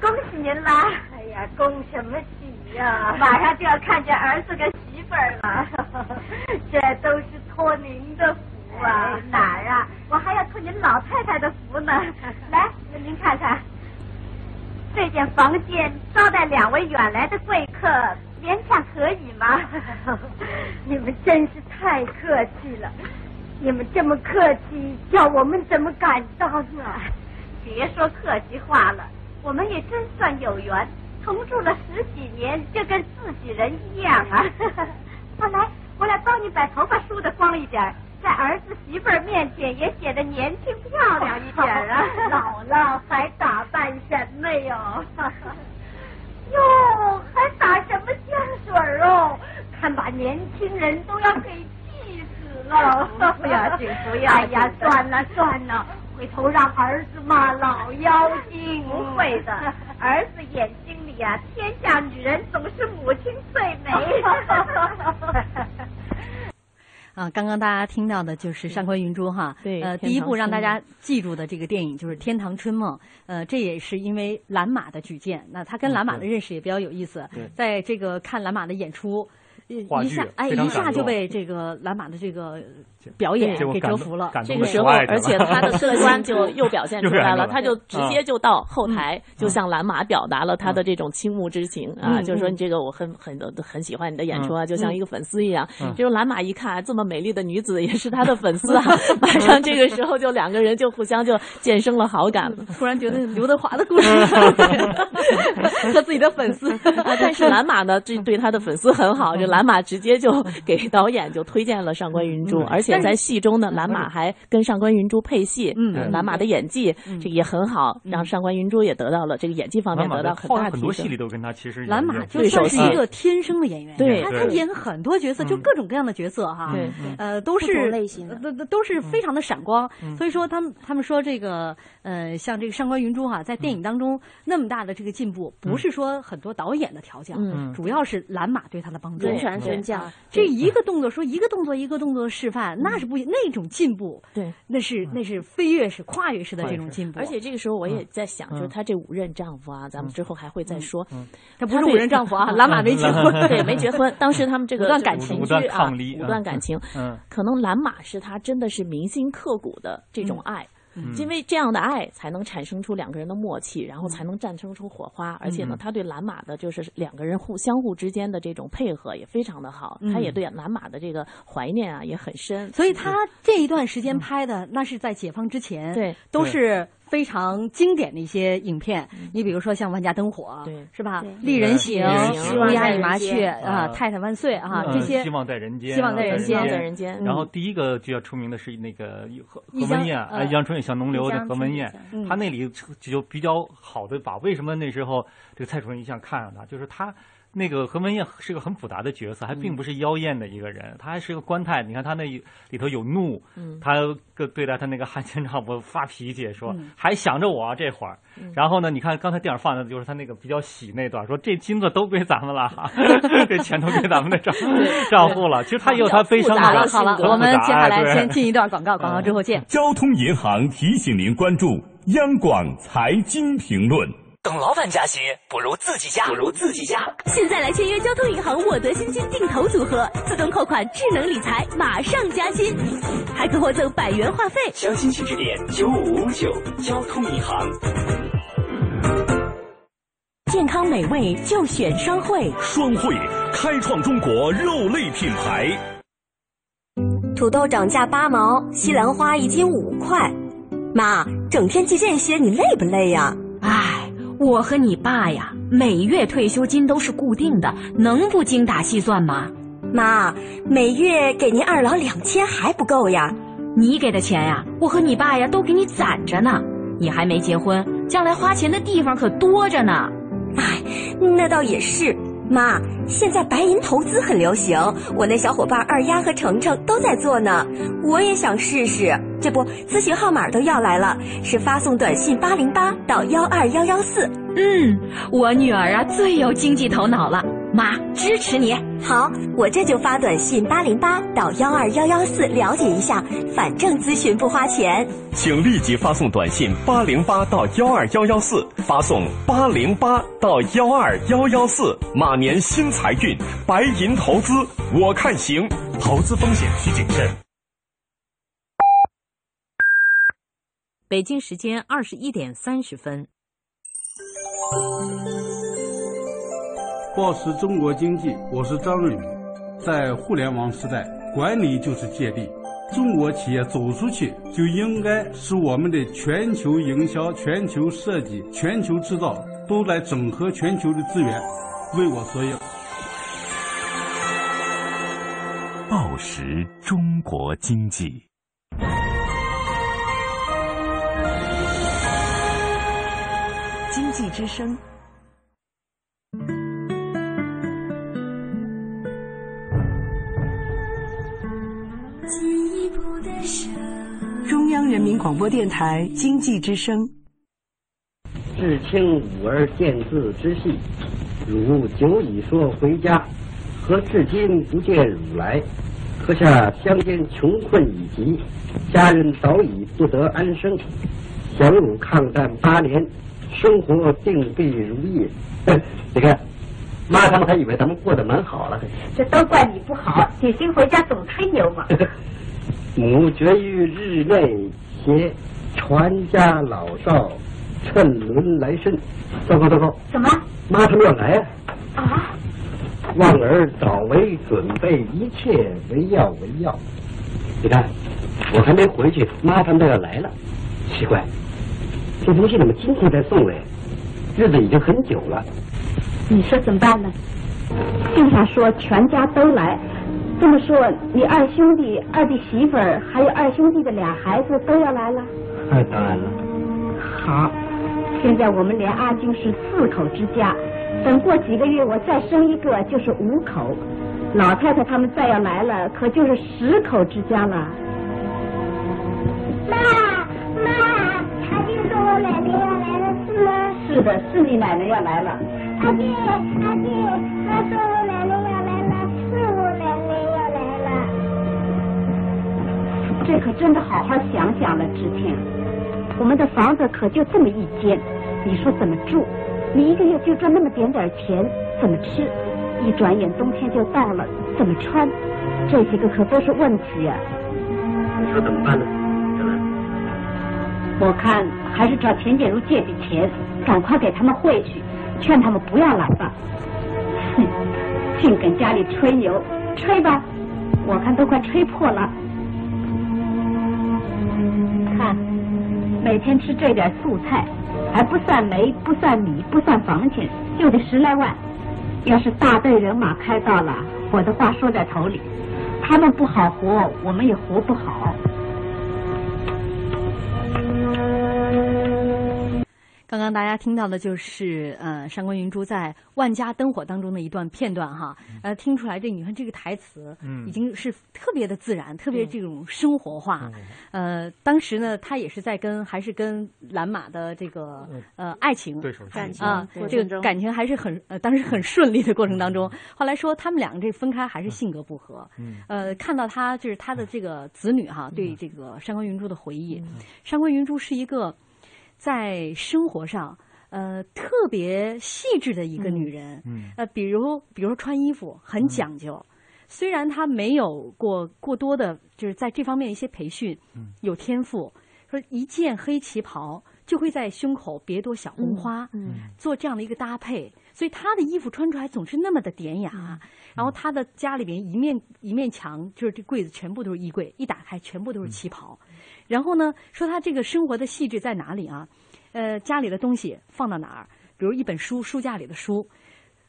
S4: 恭喜您了！哎呀，恭什么喜呀马上就要看见儿子跟媳妇儿了， <laughs> 这都是托您的福啊！哪儿啊？我还要托您老太太的福呢。 <laughs> 来，您看看，这间房间招待两位远来的贵客，勉强可以
S26: <laughs>
S4: 吗？ <laughs> 你们真是太客气了，你们这么客气，叫我们怎么感到呢？别说客气话了，我们也真算有缘，同住了十几年，就跟自己人一样啊。 <laughs> 我来，我来帮你把头发梳得光一点儿，在儿子媳妇儿面前也显得年轻漂亮一点儿 <laughs> 啊。
S3: 老
S4: 了还打扮什么哟？哟，还打什么香水儿哦？看把年轻人都要给气死了！
S3: 不要紧不要紧
S4: 哎呀，算了算了，回头让儿子骂老妖精。
S3: 不会的
S4: 儿子眼睛里啊，天下女人总是母亲最美。
S8: 啊，刚刚大家听到的就是《上官云珠》哈，
S9: 对
S8: 呃，
S9: 天
S8: 第一
S9: 堂
S8: 部让大
S9: 春
S8: 家记住的这个电影就是《天堂春梦》，呃，这也是因为蓝马的举荐，那他跟
S25: 嗯
S8: 蓝马的
S25: 对
S8: 认识也比较有意思，
S25: 对
S8: 在这个看蓝马的演出。一
S25: 话
S8: 一
S25: 剧
S8: 下，哎，
S25: 非常
S8: 一下
S25: 感
S8: 就
S25: 动
S8: 被这个蓝马的这个表演
S11: 结果
S8: 给
S11: 感
S8: 折
S11: 动
S8: 服了。
S11: 感
S9: 这
S11: 动
S9: 个
S11: 得
S9: 时
S11: 不
S9: 候，
S11: 爱着
S9: 而且
S11: 了
S9: 他
S8: <laughs>
S9: 的客观就又表现
S11: <laughs> 又
S9: 出来
S11: 感动
S9: 了，
S11: 了
S9: 他
S8: 嗯
S9: 就直接就到后台，就向蓝马表达了他的这种倾慕之情啊，
S8: 嗯
S9: 就是说你这个我很很很喜欢你的演出啊，
S8: 嗯
S9: 就像一个粉丝一样
S8: 嗯。
S9: 这种蓝马一看哎这么美丽的女子也是他的粉
S8: <laughs>
S9: 丝啊，马上这个时候就两个人就互相就渐生了好感了。
S8: 突然觉得刘德华的故事 <laughs> 和自己的粉 <laughs> 丝，
S9: 啊但是蓝马呢，这对他的粉丝很好，
S8: 嗯
S9: 这蓝马直接就给导演就推荐了上官云珠，
S8: 嗯
S9: 而且
S8: 但是
S9: 在戏中呢，蓝
S7: 嗯
S9: 马还跟上官云珠配戏，呃
S8: 嗯
S9: 蓝马的演技
S8: 嗯
S9: 这个也很好，让上官云珠也得到了这个演技方面
S11: 蓝马
S9: 得到
S11: 的
S9: 很
S11: 后来
S9: 大提
S11: 很多戏里
S9: 升。
S11: 都跟他其实
S8: 蓝马
S11: 有
S8: 就算是一
S7: 嗯
S8: 个
S11: 对
S8: 天生的演员，
S11: 嗯对
S8: 他
S11: 对嗯
S8: 他演很多角色，就各种各样的角色哈，
S11: 对
S8: 呃，都
S25: 不
S8: 是
S25: 同类型的
S8: 呃都都都是非常的闪光。
S25: 嗯
S8: 所以说，他们他们说这个呃，像这个上官云珠哈，在电
S11: 嗯
S8: 影当中那么大的这个进步，不是说很多导演的调教，
S25: 嗯
S8: 主要是蓝马对他的帮助
S9: 对，
S27: 传身教，
S7: 这一个动作说一个动作一个动作示
S11: 嗯
S7: 范，那是不那种进步，
S9: 对，
S7: 那是那是飞跃式、嗯跨越式嗯的这种进步。
S9: 而且这个时候我也在想，就是她这五任丈夫啊，
S7: 嗯
S9: 咱们之后还会再说，
S7: 她嗯不是五任丈夫
S9: <laughs>
S7: 啊，拉玛没结婚，
S9: 对，没结婚。当时他们这个
S7: 五段嗯感情
S9: 剧啊，五
S11: 嗯
S9: 段感情，可能兰玛是她真的是铭心刻骨的这种爱。因为这样的爱才能产生出两个人的默契，然后才能诞生出火花。而且呢，他对蓝马的就是两个人互相互之间的这种配合也非常的好。他也对蓝马的这个怀念啊也很深。
S7: 所以他这一段时间拍的那是在解放之前，
S9: 对，
S7: 都是非常经典的一些影片。你比如说像《万家灯火》，是吧？《嗯丽人行》《乌鸦与麻雀》啊，《太太万岁》啊，这些
S11: 呃嗯希望在人间，
S7: 希望在人间，
S9: 在人间。
S11: 然后第一个就要出名的是那个何何文艳啊，杨春雨小农流的何文艳，他那里就比较好的把为什么那时候这个蔡主任一向看上他，就是他。那个何文艳是个很复杂的角色，还并不是妖艳的一个人，她还是个官太。你看她那里头有怒，
S1: 嗯
S11: 她对待她那个汉奸丈夫发脾气，说还想着我啊这会儿。然后呢，你看刚才电影放的就是她那个比较喜那段，说这金子都归咱们了，这钱都归咱们的账账户了。其实她也有她悲伤的。
S7: 好了好了，我们接下来先进一段广告，广告之后见。
S1: 交通银行提醒您关注央广财经评论。
S14: 等老板加薪，不如自己加。
S28: 不如自己加。
S29: 现在来签约交通银行沃德新金定投组合，自动扣款，智能理财，马上加薪，还可获赠百元话费。
S14: 详情请致电九五五九交通银行。
S29: 健康美味就选双汇。
S1: 双汇开创中国肉类品牌。
S8: 土豆涨价八毛，西兰花一斤五块。妈，整天记这些，你累不累呀、
S19: 啊？唉。我和你爸呀，每月退休金都是固定的，能不精打细算吗？
S8: 妈，每月给您二老两千还不够呀？
S19: 你给的钱呀，我和你爸呀都给你攒着呢。你还没结婚，将来花钱的地方可多着呢。
S8: 哎，那倒也是。妈，现在白银投资很流行，我那小伙伴二丫和程程都在做呢，我也想试试。这不，咨询号码都要来了，是发送短信八零八到幺二幺幺四。
S19: 嗯，我女儿啊最有经济头脑了，妈支持你。
S8: 好，我这就发短信八零八到幺二幺幺四了解一下，反正咨询不花钱。
S1: 请立即发送短信八零八到幺二幺幺四，发送八零八到幺二幺幺四。马年新财运，白银投资我看行，投资风险需谨慎。
S30: 北京时间二十一点三十分。
S2: 报时中国经济，我是张瑞敏。在互联网时代，管理就是借力。中国企业走出去，就应该使我们的全球营销、全球设计、全球制造都来整合全球的资源，为我所有。
S1: 报时中国经济。
S16: 经济之声。中央人民广播电台经济之声。
S5: 至清五儿见字之戏，汝久已说回家，何至今不见汝来？可下乡间穷困已极，家人早已不得安生。想汝抗战八年。生活定必如意， <laughs> 你看，妈他们还以为咱们过得蛮好了。
S26: 这都怪你不好，你今回家总吹牛
S31: <laughs>
S26: 嘛。
S5: 母绝于日内携传家老少，趁轮来生。糟糕糟糕！
S26: 怎么？
S5: 妈他们要来啊！
S26: 啊！
S5: 望儿早为准备，一切为要为要。你看，我还没回去，妈他们都要来了，奇怪。这东西怎么今天才送来？日子已经很久了。
S26: 你说怎么办呢？就想说全家都来，这么说你二兄弟、二弟媳妇儿还有二兄弟的俩孩子都要来了？
S5: 那当然了。
S26: 好，现在我们连阿军是四口之家，等过几个月我再生一个就是五口，老太太他们再要来了，可就是十口之家了。
S4: 妈妈。阿俊说：“我奶奶要来了，是吗？”“
S26: 是的，是你奶奶要来了。”“
S4: 阿俊，阿俊，他说我奶奶要来了，为
S26: 这可真得好好想想了，志平。我们的房子可就这么一间，你说怎么住？你一个月就赚那么点点钱，怎么吃？一转眼冬天就到了，怎么穿？这几个可都是问题啊！
S5: 你说怎么办呢？小兰，
S26: 我看还是找钱简如借笔钱，赶快给他们汇去，劝他们不要来吧。哼，净跟家里吹牛，吹吧，我看都快吹破了。看，每天吃这点素菜，还不算煤，不算米，不算房钱，就得十来万。要是大队人马开到了，我的话说在头里，他们不好活，我们也活不好。
S8: 刚刚大家听到的就是呃，上官云珠在《万家灯火》当中的一段片段哈，呃，听出来这你看这个台词，
S31: 嗯
S8: 已经是特别的自然，特别这种生活化。
S31: 嗯
S8: 呃，当时呢，他也是在跟还是跟蓝马的这个呃爱情
S31: 对手戏
S8: 感
S31: 感
S8: 啊
S31: 情，
S8: 这个感情还是很呃，当时很顺利的过程当中，后来说他们两个这分开还是性格不合，
S31: 嗯
S8: 呃，看到他就是他的这个子女哈，对这个山官云珠的回忆。
S31: 嗯
S8: 山官云珠是一个在生活上呃特别细致的一个女人，
S31: 嗯
S8: 呃，比如比如说穿衣服很讲究，虽然她没有过过多的就是在这方面一些培训，
S31: 嗯
S8: 有天赋，说一件黑旗袍就会在胸口别朵小红花，
S31: 嗯嗯
S8: 做这样的一个搭配。所以她的衣服穿出来总是那么的典雅，啊然后她的家里边一面一面墙就是这柜子全部都是衣柜，一打开全部都是旗袍。然后呢，说她这个生活的细致在哪里啊？呃，家里的东西放到哪儿？比如一本书，书架里的书，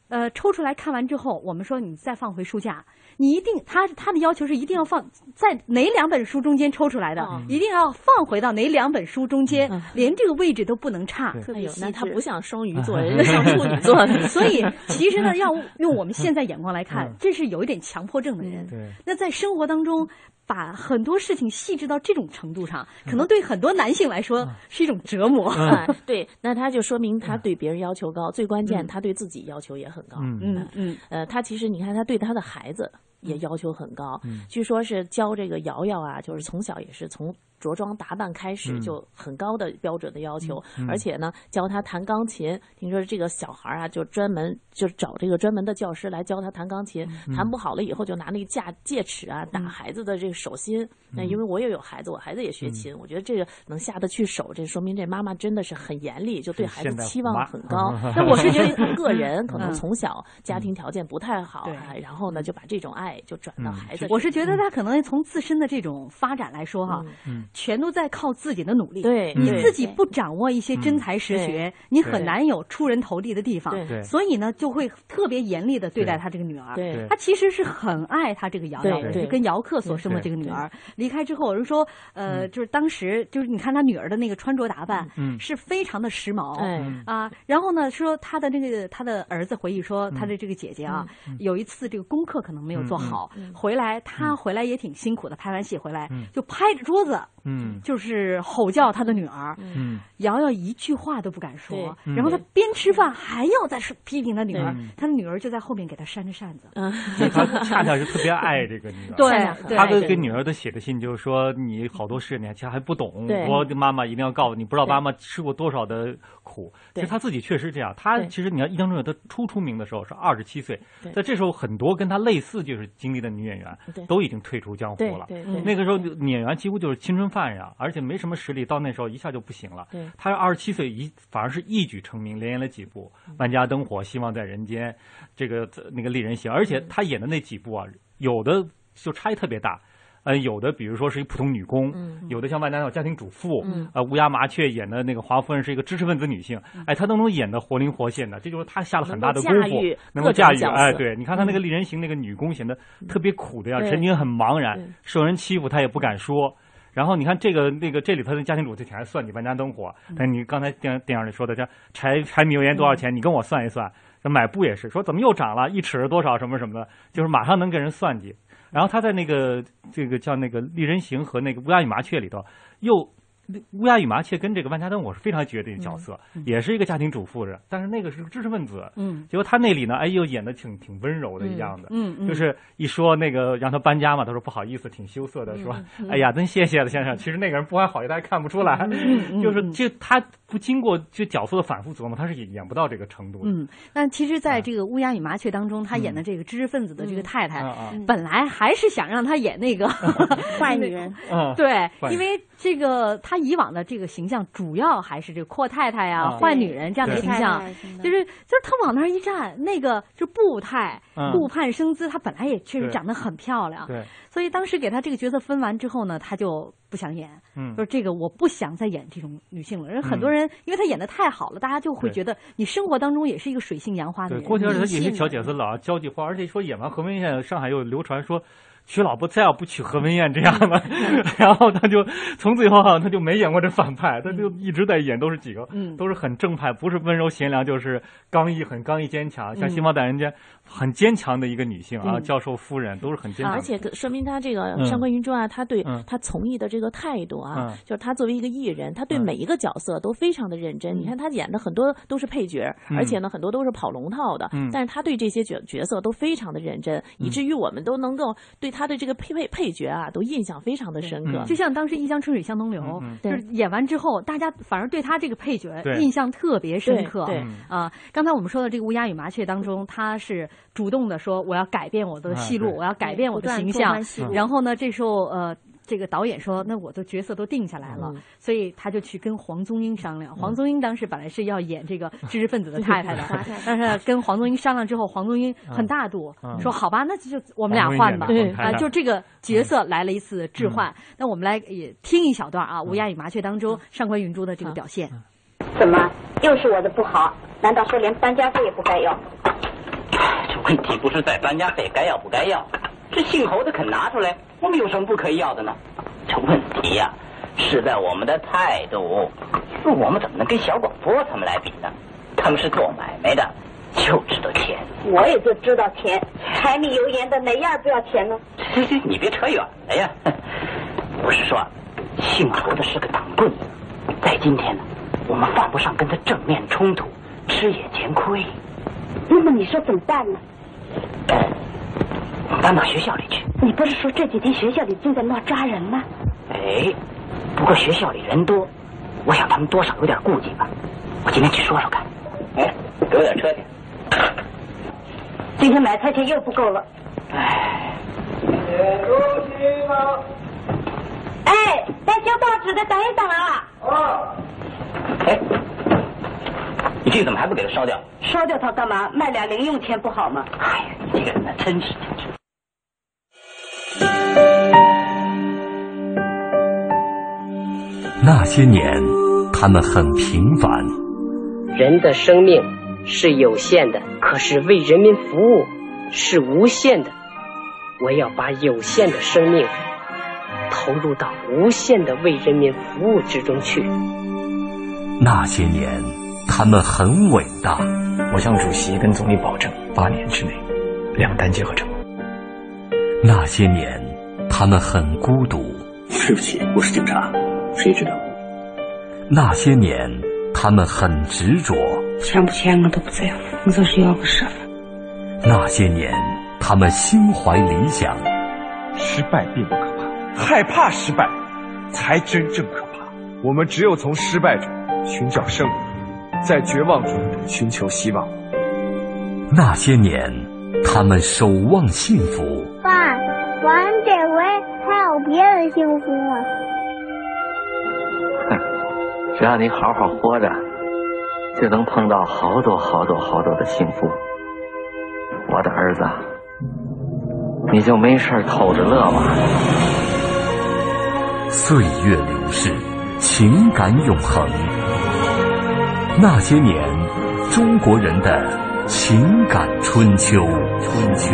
S8: 呃，抽出来看完之后，我们说你再放回书架，你一定他他的要求是一定要放在哪两本书中间抽出来的，一定要放回到哪两本书中间，连这个位置都不能差。
S9: 哎呦，那他不像双鱼座，
S8: 哎，
S9: 人家像处女座的
S8: <laughs> 所以其实 <laughs> 呢，要用我们现在眼光来看，这是有一点强迫症的人。
S9: 对
S8: 那在生活当中，把很多事情细致到这种程度上，可能对很多男性来
S32: 嗯
S8: 说是一种折磨。
S9: 哎 <laughs> 对，那他就说明他对别人要求高，最关键他对自己要求也很高。
S32: 嗯
S8: 嗯嗯，
S9: 呃，他其实你看他对他的孩子也要求很高，
S32: 嗯
S9: 据说是教这个瑶瑶啊，就是从小也是从。着装打扮开始
S32: 嗯
S9: 就很高的标准的要求，
S32: 嗯
S9: 而且呢，教他弹钢琴。听说这个小孩儿啊，就专门就找这个专门的教师来教他弹钢琴，
S32: 嗯
S9: 弹不好了以后就拿那个架戒尺啊打孩子的这个手心。
S32: 嗯
S9: 那、因为我也有孩子，我孩子也学琴，我觉得这个能下得去手，这说明这妈妈真的是很严厉，就对孩子
S32: 现代
S9: 期
S32: 虎妈。
S9: 望很高那我是觉得个人可能
S8: 嗯
S9: 从小家庭条件不太好啊，然后呢就把这种爱就转到孩子。
S8: 我嗯是觉得他可能从自身的这种发展来说哈，
S9: 嗯
S8: 全都在靠自己的努力。
S9: 对
S8: 你
S9: 对
S8: 自己不掌握一些真才实学，
S9: 嗯
S8: 你
S9: 对
S8: 很难有出人头地的地方
S9: 对。对
S8: 所以呢，就会特别严厉的对待他这个女儿。
S9: 对对
S8: 他其实是很爱他这个瑶瑶的，
S9: 对对
S8: 就跟姚克所生的这个女儿。离开之后，我是说，
S9: 嗯
S8: 呃，就是当时就是你看他女儿的那个穿着打扮，
S31: 嗯
S8: 是非常的时髦。
S31: 嗯
S8: 啊，然后呢，说他的那个他的儿子回忆说，
S9: 嗯
S8: 他的这个姐姐啊，有一次这个功课可能没有做好，
S9: 嗯
S8: 回来他回来也挺辛苦的，拍完戏回来、
S31: 嗯
S8: 就拍着桌子。
S31: 嗯
S8: 就是吼叫他的女儿，
S31: 嗯
S8: 瑶瑶一句话都不敢说，
S31: 对
S8: 然后他
S31: 嗯
S8: 边吃饭还要再说批评他女儿
S31: 对，
S8: 他的女儿就在后面给他扇着扇子。
S31: 嗯 <laughs>
S11: 所以他恰恰是特别爱这个女儿，
S8: 对对
S11: 他都给女儿都写的信就是说，你好多事你还其实还不懂
S8: 对，
S11: 我的妈妈一定要告诉你，不知道妈妈吃过多少的苦。其实他自己确实这样，他
S31: 对
S11: 其实你看《一江春雪》他初出名的时候是二十七岁
S31: 对，
S11: 在这时候很多跟他类似就是经历的女演员
S31: 对
S11: 都已经退出江湖了
S31: 对对对。
S11: 那个时候女演员几乎就是青春饭呀，而且没什么实力，到那时候一下就不行了。
S31: 对
S11: 他二十七岁一反而是一举成名，连演了几部
S31: 嗯
S11: 《万家灯火》《希望在人间》，这个呃那个《丽人行》，而
S31: 嗯
S11: 且他演的那几部啊，有的就差异特别大。呃，有的比如说是一普通女工，
S31: 嗯
S11: 有的像万家灯火家庭主妇，
S31: 嗯
S11: 呃，乌鸦麻雀演的那个华夫人是一个知识分子女性，哎，她都能演得活灵活现的，这就是她下了很大的功
S31: 能够
S11: 夫
S31: 驾驭，
S11: 能
S31: 各种
S11: 够驾驭。
S31: 角色
S11: 哎，对，你看她那个
S31: 嗯
S11: 《丽人行》那个女工显得特别苦的样，
S31: 对
S11: 神情很茫然
S31: 对，
S11: 受人欺负她也不敢说。然后你看这个那个这里头的家庭主妇全算你万家灯火，
S31: 嗯
S11: 但你刚才电电影里说的这柴柴米油盐多少
S31: 嗯
S11: 钱，你跟我算一算。这买布也是说怎么又涨了一尺多少什么什么的，就是马上能跟人算计。然后他在那个这个叫那个《丽人行》和那个《乌鸦与麻雀》里头，又乌鸦与麻雀跟这个万家灯火是非常绝对的
S31: 嗯
S11: 角色，也是一个家庭主妇的，但是那个是知识分子，
S31: 嗯，
S11: 结果他那里呢，哎呦演的挺挺温柔的一样的，
S31: 嗯嗯
S11: 就是一说那个让他搬家嘛，他说不好意思，挺羞涩的，说
S31: 嗯嗯嗯
S11: 哎呀，真谢谢了先生。其实那个人不怀好意，大家看不出来，就是这他不经过这角色的反复琢磨，他是演演不到这个程度的，
S8: 嗯，那其实，在这个《乌鸦与麻雀》当中，她演的这个知识分子的这个太太
S11: 嗯啊啊，
S8: 本来还是想让她演那个坏女人
S11: 嗯
S8: 对
S11: 坏，女
S8: 因为这个她以往的这个形象，主要还是这个阔太太
S31: 啊
S8: 呀、坏女人这样的
S31: 对
S8: 形象
S31: 对什么，的
S8: 就是就是她往那儿一站，那个就步态
S31: 嗯、
S8: 顾盼生姿，她本来也确实
S31: 对
S8: 长得很漂亮，
S31: 对
S8: 所以当时给她这个角色分完之后呢，她就不想演，
S31: 嗯
S8: 就是这个我不想再演这种女性了。人很多人因为她演的太好了，大家就会
S11: 对
S8: 觉得你生活当中也是一个水性杨花的
S11: 对，
S8: 人。
S11: 过去二十几岁小姐子老交际花，而且说演完何文艳，上海又流传说娶老婆再也不娶何文艳这样了， <laughs> 然后她就从此以后好像她就没演过这反派，她就一直在演都是几个，
S31: 嗯
S11: 都是很正派，不是温柔贤良，就是刚毅，很刚毅坚强，
S9: 嗯
S11: 像《新毛代人间》很坚强的一个女性啊，
S9: 嗯
S11: 教授夫人都是很坚强的，
S9: 而且可说明他这个
S11: 嗯
S9: 《上官云中》啊，他对
S11: 嗯
S9: 他从艺的这个态度啊
S11: 嗯，
S9: 就是他作为一个艺人，他对每一个角色都非常的认真。你看他演的很多都是配角，
S31: 嗯
S9: 而且呢很多都是跑龙套的
S31: 嗯，
S9: 但是他对这些角角色都非常的认真，以至于我们都能够对他的这个配配配角啊都印象非常的深刻。
S8: 就像当时《一江春水向东流》
S9: 嗯
S8: 就
S9: 对
S8: 是演完之后，大家反而对她这个配角
S9: 对
S8: 印象特别深刻。
S9: 对对
S31: 嗯
S8: 啊，刚才我们说的这个《乌鸦与麻雀》当中，她是主动的说我要改变我的戏
S31: 哎
S8: 路，
S31: 对
S8: 我要改变我的
S31: 对不断
S8: 形
S31: 拓
S8: 象
S31: 宽戏。路
S8: 然后呢，这时候呃。这个导演说：“那我的角色都定下来了，
S31: 嗯
S8: 所以他就去跟黄宗英商量。黄宗英当时本来是要演这个知识分子的
S31: <laughs>
S8: 太太的
S31: 华太，
S8: 但是跟黄宗英商量之后，黄宗英很大度，
S31: 嗯
S8: 说：‘好吧，那就我们
S31: 黄
S8: 俩
S31: 宗英
S8: 换
S31: 演
S8: 吧。’
S31: 的黄太
S8: 啊，
S31: 太
S8: 就这个角色来了一次置
S19: 嗯
S8: 换。那我们来也听一小段啊，《乌鸦与麻雀》当中上官云珠的这个表现。
S19: 嗯怎么又是我的不好？难道说连搬家费也不该要？
S5: 这问题不是在搬家费该要不该要，这姓侯的肯拿出来，我们有什么不可以要的呢？这问题呀、是在我们的态度。那我们怎么能跟小广波他们来比呢？他们是做买卖的，就知道钱。
S19: 我也就知道钱，柴米油盐的哪样不要钱呢？
S5: 这这你别扯远了呀！我是说，姓侯的是个党棍，在今天呢，我们犯不上跟他正面冲突，吃也嫌亏。
S19: 那么你说怎么办呢？
S5: 哎我们搬到学校里去。
S19: 你不是说这几天学校里正在闹抓人吗？
S5: 哎，不过学校里人多，我想他们多少有点顾忌吧。我今天去说说看。哎，给我点车去。
S19: 今天买菜钱又不够了。哎，带修报纸的等一等啊！
S14: 哦
S5: 你这个怎么还不给他烧掉？
S19: 烧掉它干嘛？卖点零用钱不好吗？
S5: 你这个人呢，真是。
S1: 那些年，他们很平凡，
S33: 人的生命是有限的，可是为人民服务是无限的。我要把有限的生命投入到无限的为人民服务之中去。
S1: 那些年，他们很伟大。我向主席跟总理保证，八年之内，两弹结合成功。那些年，他们很孤独。对不起，我是警察，谁知道？那些年，他们很执着。
S13: 钱不钱我都不在乎，我就是要个身份。
S1: 那些年，他们心怀理想。
S14: 失败并不可怕，害怕失败才真正可怕。我们只有从失败中寻找胜利，在绝望中寻求希望。
S1: 那些年，他们守望幸福。
S13: 爸，玩这回还有别的幸福吗？
S15: <laughs> 只要你好好活着，就能碰到好多好多好多的幸福。我的儿子，你就没事儿偷着乐吧。
S1: 岁月流逝，情感永恒。那些年，中国人的情感春秋。春秋。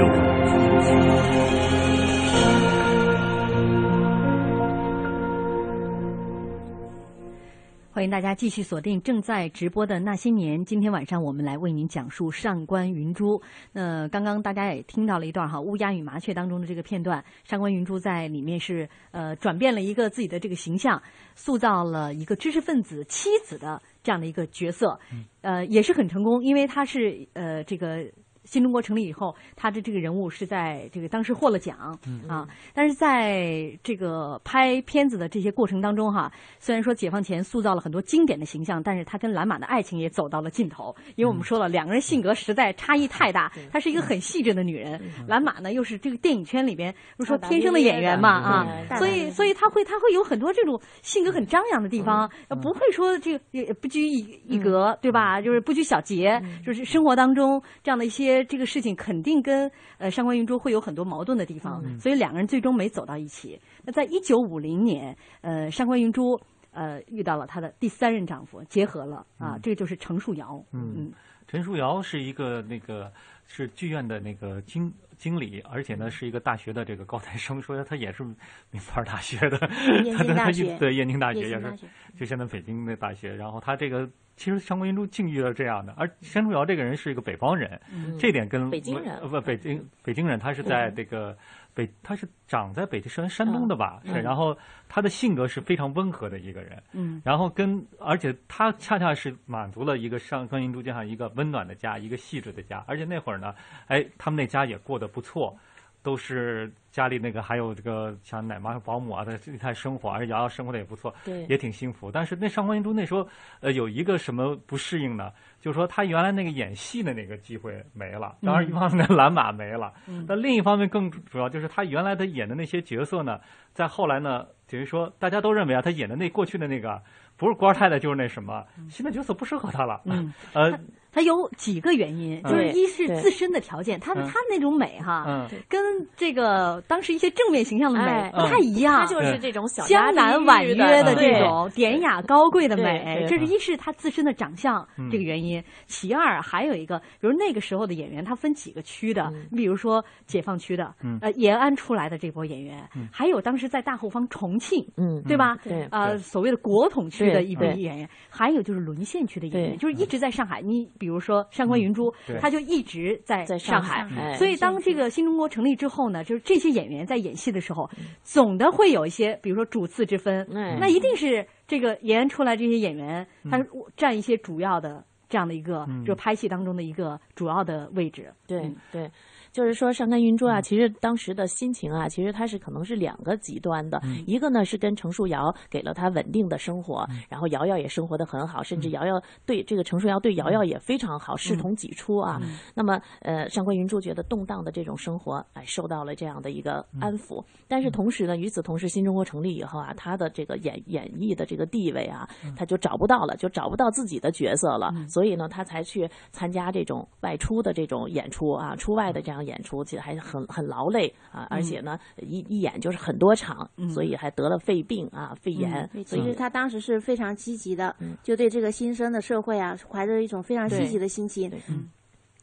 S8: 欢欢迎大家继续锁定正在直播的《那些年》，今天晚上我们来为您讲述上官云珠。呃，刚刚大家也听到了一段哈《乌鸦与麻雀》当中的这个片段，上官云珠在里面是呃转变了一个自己的这个形象，塑造了一个知识分子妻子的这样的一个角色，呃，也是很成功，因为她是呃这个。新中国成立以后，他的这个人物是在这个当时获了奖、
S3: 嗯
S8: 啊，但是在这个拍片子的这些过程当中哈，虽然说解放前塑造了很多经典的形象，但是他跟蓝马的爱情也走到了尽头，因为我们说了、两个人性格实在差异太大，她是一个很细致的女人，蓝马呢又是这个电影圈里边不是说天生的演员
S3: 大
S8: 嘛
S3: 大咧咧的
S8: 啊，所以所以他会他会有很多这种性格很张扬的地
S11: 嗯
S8: 方，呃不会说这个也不拘一一格，对
S11: 嗯
S8: 吧？就是不拘小节，就是生活当中这样的一些这个事情，肯定跟呃上官云珠会有很多矛盾的地方，
S3: 嗯
S8: 所以两个人最终没走到一起。那在一九五零年，呃，上官云珠呃遇到了她的第三任丈夫，结合了啊，
S11: 嗯
S8: 这个就是程树尧，
S11: 嗯，陈树尧是一个那个是剧院的那个经经理，而且呢是一个大学的这个高材生，说他也是名牌大学的，
S3: 燕
S11: 他
S3: 京
S11: 他
S3: 大
S11: 他
S3: 学
S11: 对燕京大
S3: 燕
S11: 学
S3: 京
S11: 也
S3: 大
S11: 是
S3: 学，
S11: 就现在北京的大学。然后他这个其实上官云珠境遇了这样的，而陈树尧这个人是一个北方人，
S3: 嗯
S11: 这点跟
S3: 北京人
S11: 呃不北京北京人，他是在
S3: 嗯
S11: 这个。北，他是长在北京山山东的吧？
S3: 嗯
S11: 是，然后他的性格是非常温和的一个人，
S3: 嗯
S11: 然后跟，而且他恰恰是满足了一个上官云珠这样一个温暖的家，一个细致的家。而且那会儿呢，哎，他们那家也过得不错，都是家里那个还有这个像奶妈、保姆啊的这一块生活，而且瑶瑶生活的也不错，
S3: 对
S11: 也挺幸福。但是那上官云珠那时候，呃，有一个什么不适应呢？就是说她原来那个演戏的那个机会没了，当然一方面
S3: 嗯
S11: 蓝马没了，
S3: 嗯
S11: 但另一方面更主要就是她原来她演的那些角色呢，在后来呢，等于说大家都认为啊，她演的那过去的那个不是官二太太就是那什么，新的角色不适合她了，
S8: 嗯，
S11: 呃，
S8: 她有几个原因，
S11: 嗯
S8: 就是一是
S11: 对
S8: 自身的条件，她的
S11: 嗯
S8: 她那种美哈，
S11: 嗯
S8: 跟这个当时一些正面形象的美
S9: 哎
S8: 不太一样，
S9: 她就是这种小
S8: 江南婉约的
S9: 对
S8: 这种典雅高贵的美
S9: 对，
S8: 这
S9: 对
S8: 是一是她自身的长相
S9: 嗯
S8: 这个原因，其二还有一个，比如那个时候的演员，他分几个区的，你比如说解放区的
S3: 嗯，
S8: 呃，延安出来的这波演员
S3: 嗯，
S8: 还有当时在大后方重庆，
S3: 嗯
S8: 对吧？
S3: 嗯对
S8: 呃，
S3: 对
S8: 所谓的国统区的一批
S3: 对对
S8: 演员，还有就是沦陷区的演员，
S3: 对
S8: 就是一直在上海。你比如说上官云珠
S3: 嗯，对
S8: 她就一直在上
S3: 上
S8: 海
S3: 海，哎
S8: 所以当这个新中国成立之后呢，就是这些演员在演戏的时候，
S3: 嗯
S8: 总的会有一些，比如说主次之分，那一定是这个延安出来这些演员，
S3: 嗯
S8: 他占一些主要的这样的一个，
S9: 嗯
S8: 就拍戏当中的一个主要的位置。
S9: 对
S8: 嗯
S9: 对，就是说上甘云珠啊，其实当时的心情啊，其实她是可能是两个极端的，
S3: 嗯
S9: 一个呢是跟程树尧给了她稳定的生活，然后瑶瑶也生活的很好，甚至
S3: 嗯
S9: 瑶瑶对这个程树尧对瑶瑶也非常好，视同己出啊。
S3: 嗯
S9: 那么呃，上官云珠觉得动荡的这种生活，哎，受到了这样的一个
S3: 嗯
S9: 安抚，但是同时呢，与此同时，新中国成立以后啊，她的这个演演绎的这个地位啊，
S3: 嗯
S9: 她就找不到了，就找不到自己的角色了，所以呢，她才去参加这种外出的这种演出啊，出外的这样演出，其实还是很很劳累啊，
S3: 嗯
S9: 而且呢，一一演就是很多场，所以还得了肺病啊、肺炎，
S3: 嗯对，
S9: 所
S3: 其
S9: 以
S3: 实他当时是非常积极的，就对这个新生的社会啊，怀着一种非常积
S9: 对嗯
S3: 极的心情。嗯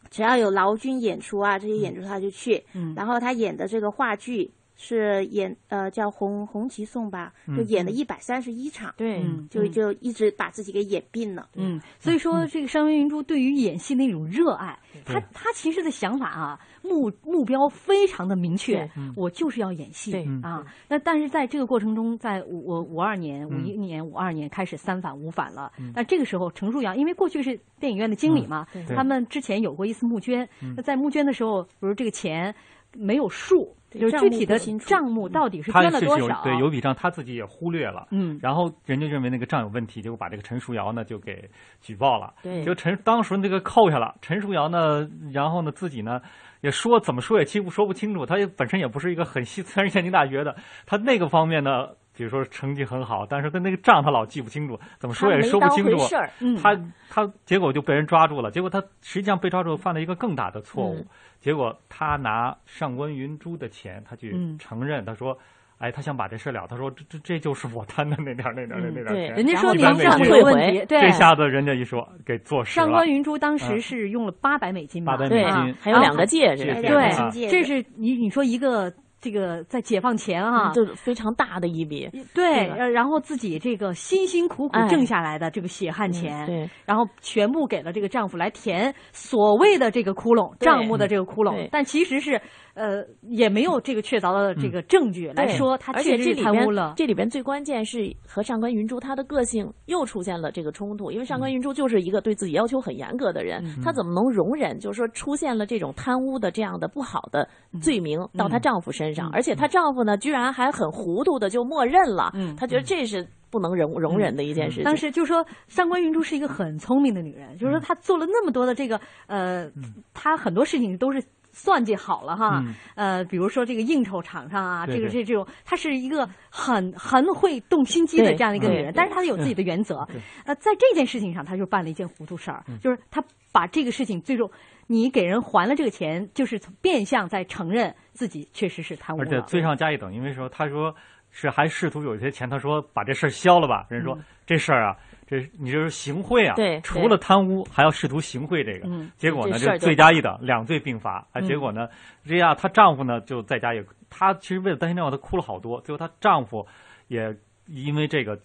S3: 只要有劳军演出啊，这些演出他就去。嗯
S9: 嗯
S3: 然后他演的这个话剧是演呃叫《红红旗颂》吧，就
S8: 嗯
S3: 演了
S8: 嗯
S3: 一百三十一场，
S9: 对
S8: 嗯
S3: 就
S8: 嗯
S3: 就一直把自己给演病了。
S8: 嗯，所以说这个山文云珠对于演戏那种热爱，
S3: 对
S8: 他他其实的想法啊，目目标非常的明确
S3: 对嗯，
S8: 我就是要演戏
S3: 对
S8: 啊。那但是在这个过程中，在五我五二年、五
S3: 嗯
S8: 一年、五二年开始三反五反了
S3: 嗯。
S8: 那这个时候，程树阳因为过去是电影院的经理嘛
S3: 嗯，对
S8: 他们之前有过一次募捐
S3: 嗯，
S8: 那在募捐的时候，比如这个钱没有数。
S3: 对
S8: 就是具体
S3: 账目
S8: 的
S3: 不清楚嗯
S8: 账目到底是
S11: 他
S8: 捐了
S11: 是
S8: 多
S11: 有
S8: 少？
S11: 对有笔账，他自己也忽略了，
S8: 嗯
S11: 然后人家认为那个账有问题，结果把这个陈树尧呢就给举报了，
S3: 对
S11: 就陈当时那个扣下了，陈树尧呢，然后呢自己呢也说怎么说也欺负说不清楚，他也本身也不是一个很细，虽然是燕京大学的，他那个方面呢。比如说成绩很好，但是他那个账他老记不清楚，怎么说也说不清
S3: 他没
S11: 楚
S3: 当回事儿。嗯
S11: 他他结果就被人抓住了，结果他实际上被抓住犯了一个更大的错误，
S3: 嗯
S11: 结果他拿上官云珠的钱，他去
S3: 嗯
S11: 承认，他说。哎，他想把这事了，他说这这这就是我贪的那点儿那点儿那点儿
S8: 对
S11: 钱。
S8: 人家说
S11: 100
S8: 您账
S11: 美金
S8: 会问题对
S11: 这下子人家一说给坐实了。
S8: 上官云珠当时
S11: 嗯
S8: 是用了八百美金吧，
S11: 800美
S8: 啊
S11: 金对
S8: 然后
S11: 还有两个戒指
S8: 对
S11: 两个金戒指
S8: 这是你你说一个这个在解放前
S9: 嗯
S8: 啊，
S9: 就是非常大的一笔。
S8: 对，
S9: 这个
S8: 呃然后自己这个辛辛苦苦
S9: 哎
S8: 挣下来的这个血汗
S9: 嗯
S8: 钱，
S9: 对，
S8: 然后全部给了这个丈夫来填所谓的这个窟窿，
S9: 对
S8: 账目的这个窟
S9: 对
S8: 窿，但其实是呃也没有这个确凿的这个证据来
S9: 嗯对
S8: 说他
S9: 而
S8: 确
S9: 且
S8: 实
S9: 这
S8: 是
S9: 里
S8: 贪
S9: 边
S8: 污了。
S9: 这里边最关键是和上官云珠她的个性又出现了这个冲突，因为上官云珠就是一个对自己要求很严格的人，
S8: 嗯
S9: 她怎么能容忍就是说出现了这种贪污的这样的不好的
S8: 嗯
S9: 罪名到她丈夫身上？而且她丈夫呢，居然还很糊涂的就默认了，
S8: 嗯
S9: 她觉得这是不能容容忍的一件事情。嗯
S8: 当嗯时就说上官云珠是一个很聪明的女人，就是说她做了那么多的这个呃，她很多事情都是。算计好了哈，
S34: 嗯
S8: 呃，比如说这个应酬场上啊，
S34: 对
S8: 这个这
S34: 对
S8: 这种，她是一个很很会动心机的
S34: 对
S8: 这样的一个
S34: 嗯
S8: 女人，
S34: 对
S8: 但是她有自己的原则
S34: 嗯对。嗯
S8: 呃，在这件事情上，她就办了一件糊涂事儿，就是她把这个事情最终，你给人还了这个钱，就是变相在承认自己确实是贪污
S11: 而
S8: 了。
S11: 且罪上加一等，因为说他说是还试图有一些钱，他说把这事儿消了吧，人说、
S8: 嗯
S11: 这事儿啊，这你这是行贿啊，
S8: 对
S11: 除
S8: 对
S11: 了贪污还要试图行贿这个，
S8: 嗯
S11: 结果呢
S8: 这事儿
S11: 就
S8: 就
S11: 罪加一等，两罪并罚啊，
S8: 嗯
S11: 结果呢，这样她丈夫呢就在家也，她其实为了担心丈夫，她哭了好多，最后她丈夫也因为这个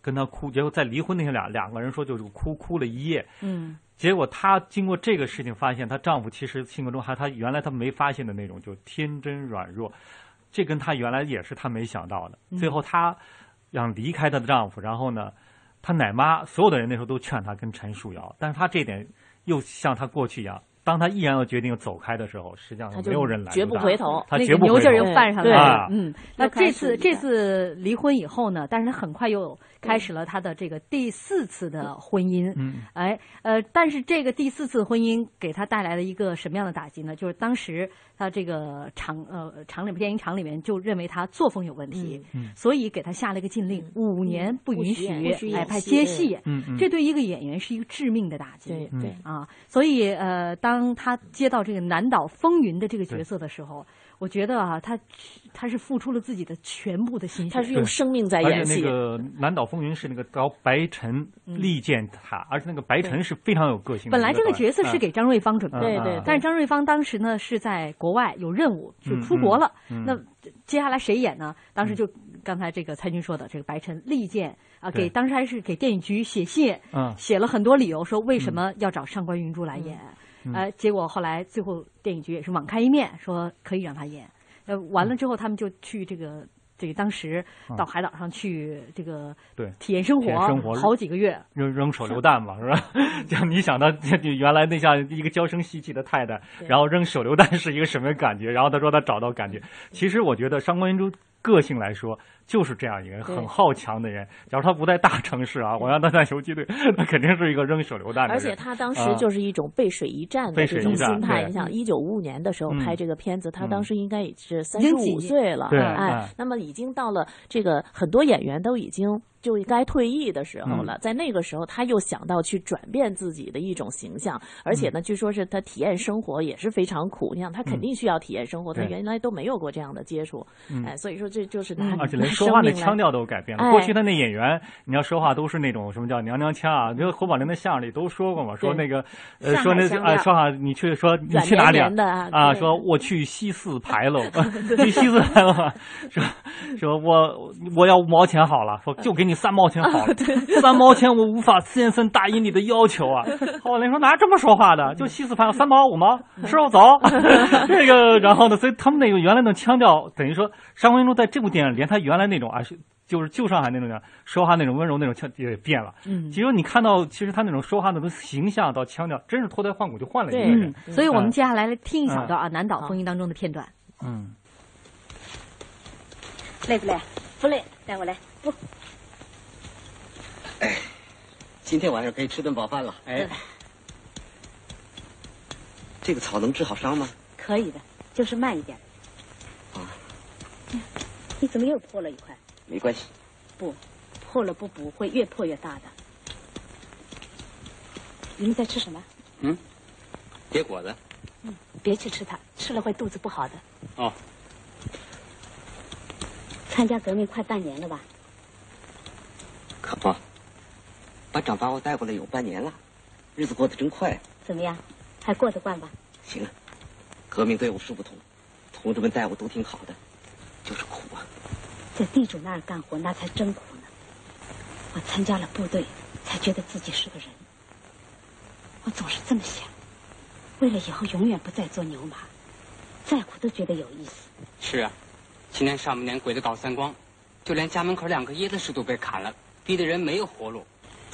S11: 跟她哭，结果在离婚那天俩两个人说就是哭哭了一夜，
S8: 嗯
S11: 结果她经过这个事情发现，她丈夫其实性格中还她原来她没发现的那种，就天真软弱，这跟她原来也是她没想到的。
S31: 嗯
S11: 最后她想离开她的丈夫，然后呢，她奶妈所有的人那时候都劝她跟陈树瑶，但是她这点又像她过去一样。当她毅然要决定走开的时候，实际上
S9: 她就
S11: 没有人拦住
S9: 绝不
S11: 她
S9: 回头
S11: 她
S8: 那
S11: 绝
S8: 个
S11: 不回头。
S8: 牛劲儿又犯上来了
S11: 啊。
S8: 嗯，那
S9: 又开始
S8: 这次
S9: 一
S8: 这次离婚以后呢，但是他很快又开始了他的这个第四次的婚姻。
S11: 嗯，
S8: 哎，呃，但是这个第四次婚姻给他带来了一个什么样的打击呢？就是当时他这个厂呃厂里面电影厂里面就认为他作风有问题，
S34: 嗯嗯
S8: 所以给他下了一个禁令，五年不
S34: 不
S8: 允
S34: 许
S8: 许
S34: 演不许
S8: 哎
S34: 演
S8: 拍
S34: 戏
S8: 接戏，
S34: 嗯嗯
S8: 这对一个演员是一个致命的打击。
S34: 对
S11: 嗯
S34: 对
S8: 啊，所以呃，当他接到这个南岛风云的这个角色的时候，我觉得啊，他他是付出了自己的全部的心血，他
S11: 对而且那个南岛风云是那个高白晨
S8: 嗯
S11: 利剑塔，而且那个白晨
S8: 对
S11: 是非常有个性的
S8: 本
S11: 一导
S8: 来
S11: 演。
S8: 这个角色是给
S11: 嗯
S8: 张瑞芳准备的，
S11: 对对对
S8: 但是张瑞芳当时呢是在国外有任务，就出国了。
S34: 嗯嗯嗯
S8: 那接下来谁演呢？当
S11: 嗯
S8: 时就刚才这个蔡军说的，这个白晨利剑啊，给
S34: 对
S8: 当时还是给电影局写信，
S34: 嗯
S8: 写了很多理由，说为
S11: 嗯
S8: 什么要找上官云珠来演。
S34: 嗯嗯
S8: 呃，结果后来最后电影局也是网开一面，说可以让他演。呃，完了之后他们就去这个。这个当时到
S11: 嗯
S8: 海岛上去这个
S11: 对
S8: 体验生
S11: 体验
S8: 活，
S11: 生活
S8: 好几个月，
S11: 扔扔手榴弹嘛，是吧？ <laughs> 就你想到就原来那像一个娇声细气的太太，然后扔手榴弹是一个什么感觉？然后他说他找到感觉。其实我觉得上官云珠个性来说就是这样一个人，
S9: 对
S11: 很好强的人。假如他不在大城市啊，我让他在游击队， <laughs> 那肯定是一个扔手榴弹的人。啊嗯
S9: 而且他当时就是一种背水一战的
S11: 背
S9: 这
S11: 水
S9: 种
S11: 一战
S9: 心态。
S11: 对嗯
S9: 你想，一九五五年的时候拍这个片子，他当时应该也是三
S8: 已
S9: 十
S8: 经几
S9: 五岁了，
S8: 对
S9: 哎
S8: 哎，
S9: 那么已经到了这个很多演员都已经。就该退役的时
S11: 嗯
S9: 候了，在那个时候，他又想到去转变自己的一种形象，而且
S11: 嗯
S9: 呢，据说是他体验生活也是非常苦。你想，他肯定需要体验生活，他
S11: 对
S9: 原来都没有过这样的接触，
S11: 嗯
S9: 哎，所以说这就是拿
S11: 而且啊
S9: 拿
S11: 连说
S9: 生
S11: 话的
S9: 命来
S11: 腔调都改变了。
S9: 哎
S11: 过去他那演员，你要说话都是那种什么叫娘娘腔啊，就侯宝林的相声里都说过嘛，说那个呃
S9: 上
S11: 说
S9: 海
S11: 那
S9: 腔
S11: 啊
S9: 调
S11: 说啊你去说你
S9: 软
S11: 去哪里
S9: 绵绵的啊
S11: 啊？
S9: 对
S11: 说我去西四牌楼，
S9: <laughs> 对
S11: 去西四牌楼啊， <laughs> 说说我我要五毛钱好了，说就给你三毛钱
S8: 啊
S11: 好了， <laughs> 三毛钱我无法先生大义你的要求
S8: <laughs>
S11: 啊。侯宝林说哪有这么说话的？就西四牌楼三毛五毛，师
S8: <laughs>
S11: 傅走。这个，然后呢，所以他们那个原来那种腔调，等于说上官云珠在这部电影，连他原来那种啊，是就是旧上海那种的说话那种温柔那种腔也变了。
S8: 嗯
S11: 其实你看到，其实他那种说话那种形象到腔调，真是脱胎换骨，就换了一个
S8: 对
S11: 人。，
S8: 所以我们
S11: 嗯
S8: 接下来来听一小段啊，南岛风云》当中的片段。
S11: 嗯，
S19: 累不累？不累，让我来。不，
S12: 今天晚上可以吃顿饱饭了。哎，这个草能治好伤吗？
S19: 可以的，就是慢一点。
S12: 啊，
S19: 你怎么又破了一块？
S12: 没关系，
S19: 不，破了不补，会越破越大的。你们在吃什么？
S12: 结果呢？
S19: 别去吃它，吃了会肚子不好的。
S12: 哦，
S19: 参加革命快半年了吧？
S12: 可不，班长把我带过来有半年了，日子过得真快。
S19: 怎么样？还过得惯吧？
S12: 行啊，革命队伍是不同，同志们待我都挺好的，就是苦啊。
S19: 在地主那儿干活那才真苦呢。我参加了部队，才觉得自己是个人。我总是这么想，为了以后永远不再做牛马，再苦都觉得有意思。
S34: 是啊，今年上半年鬼子搞三光，就连家门口两个椰子树都被砍了，逼得人没有活路。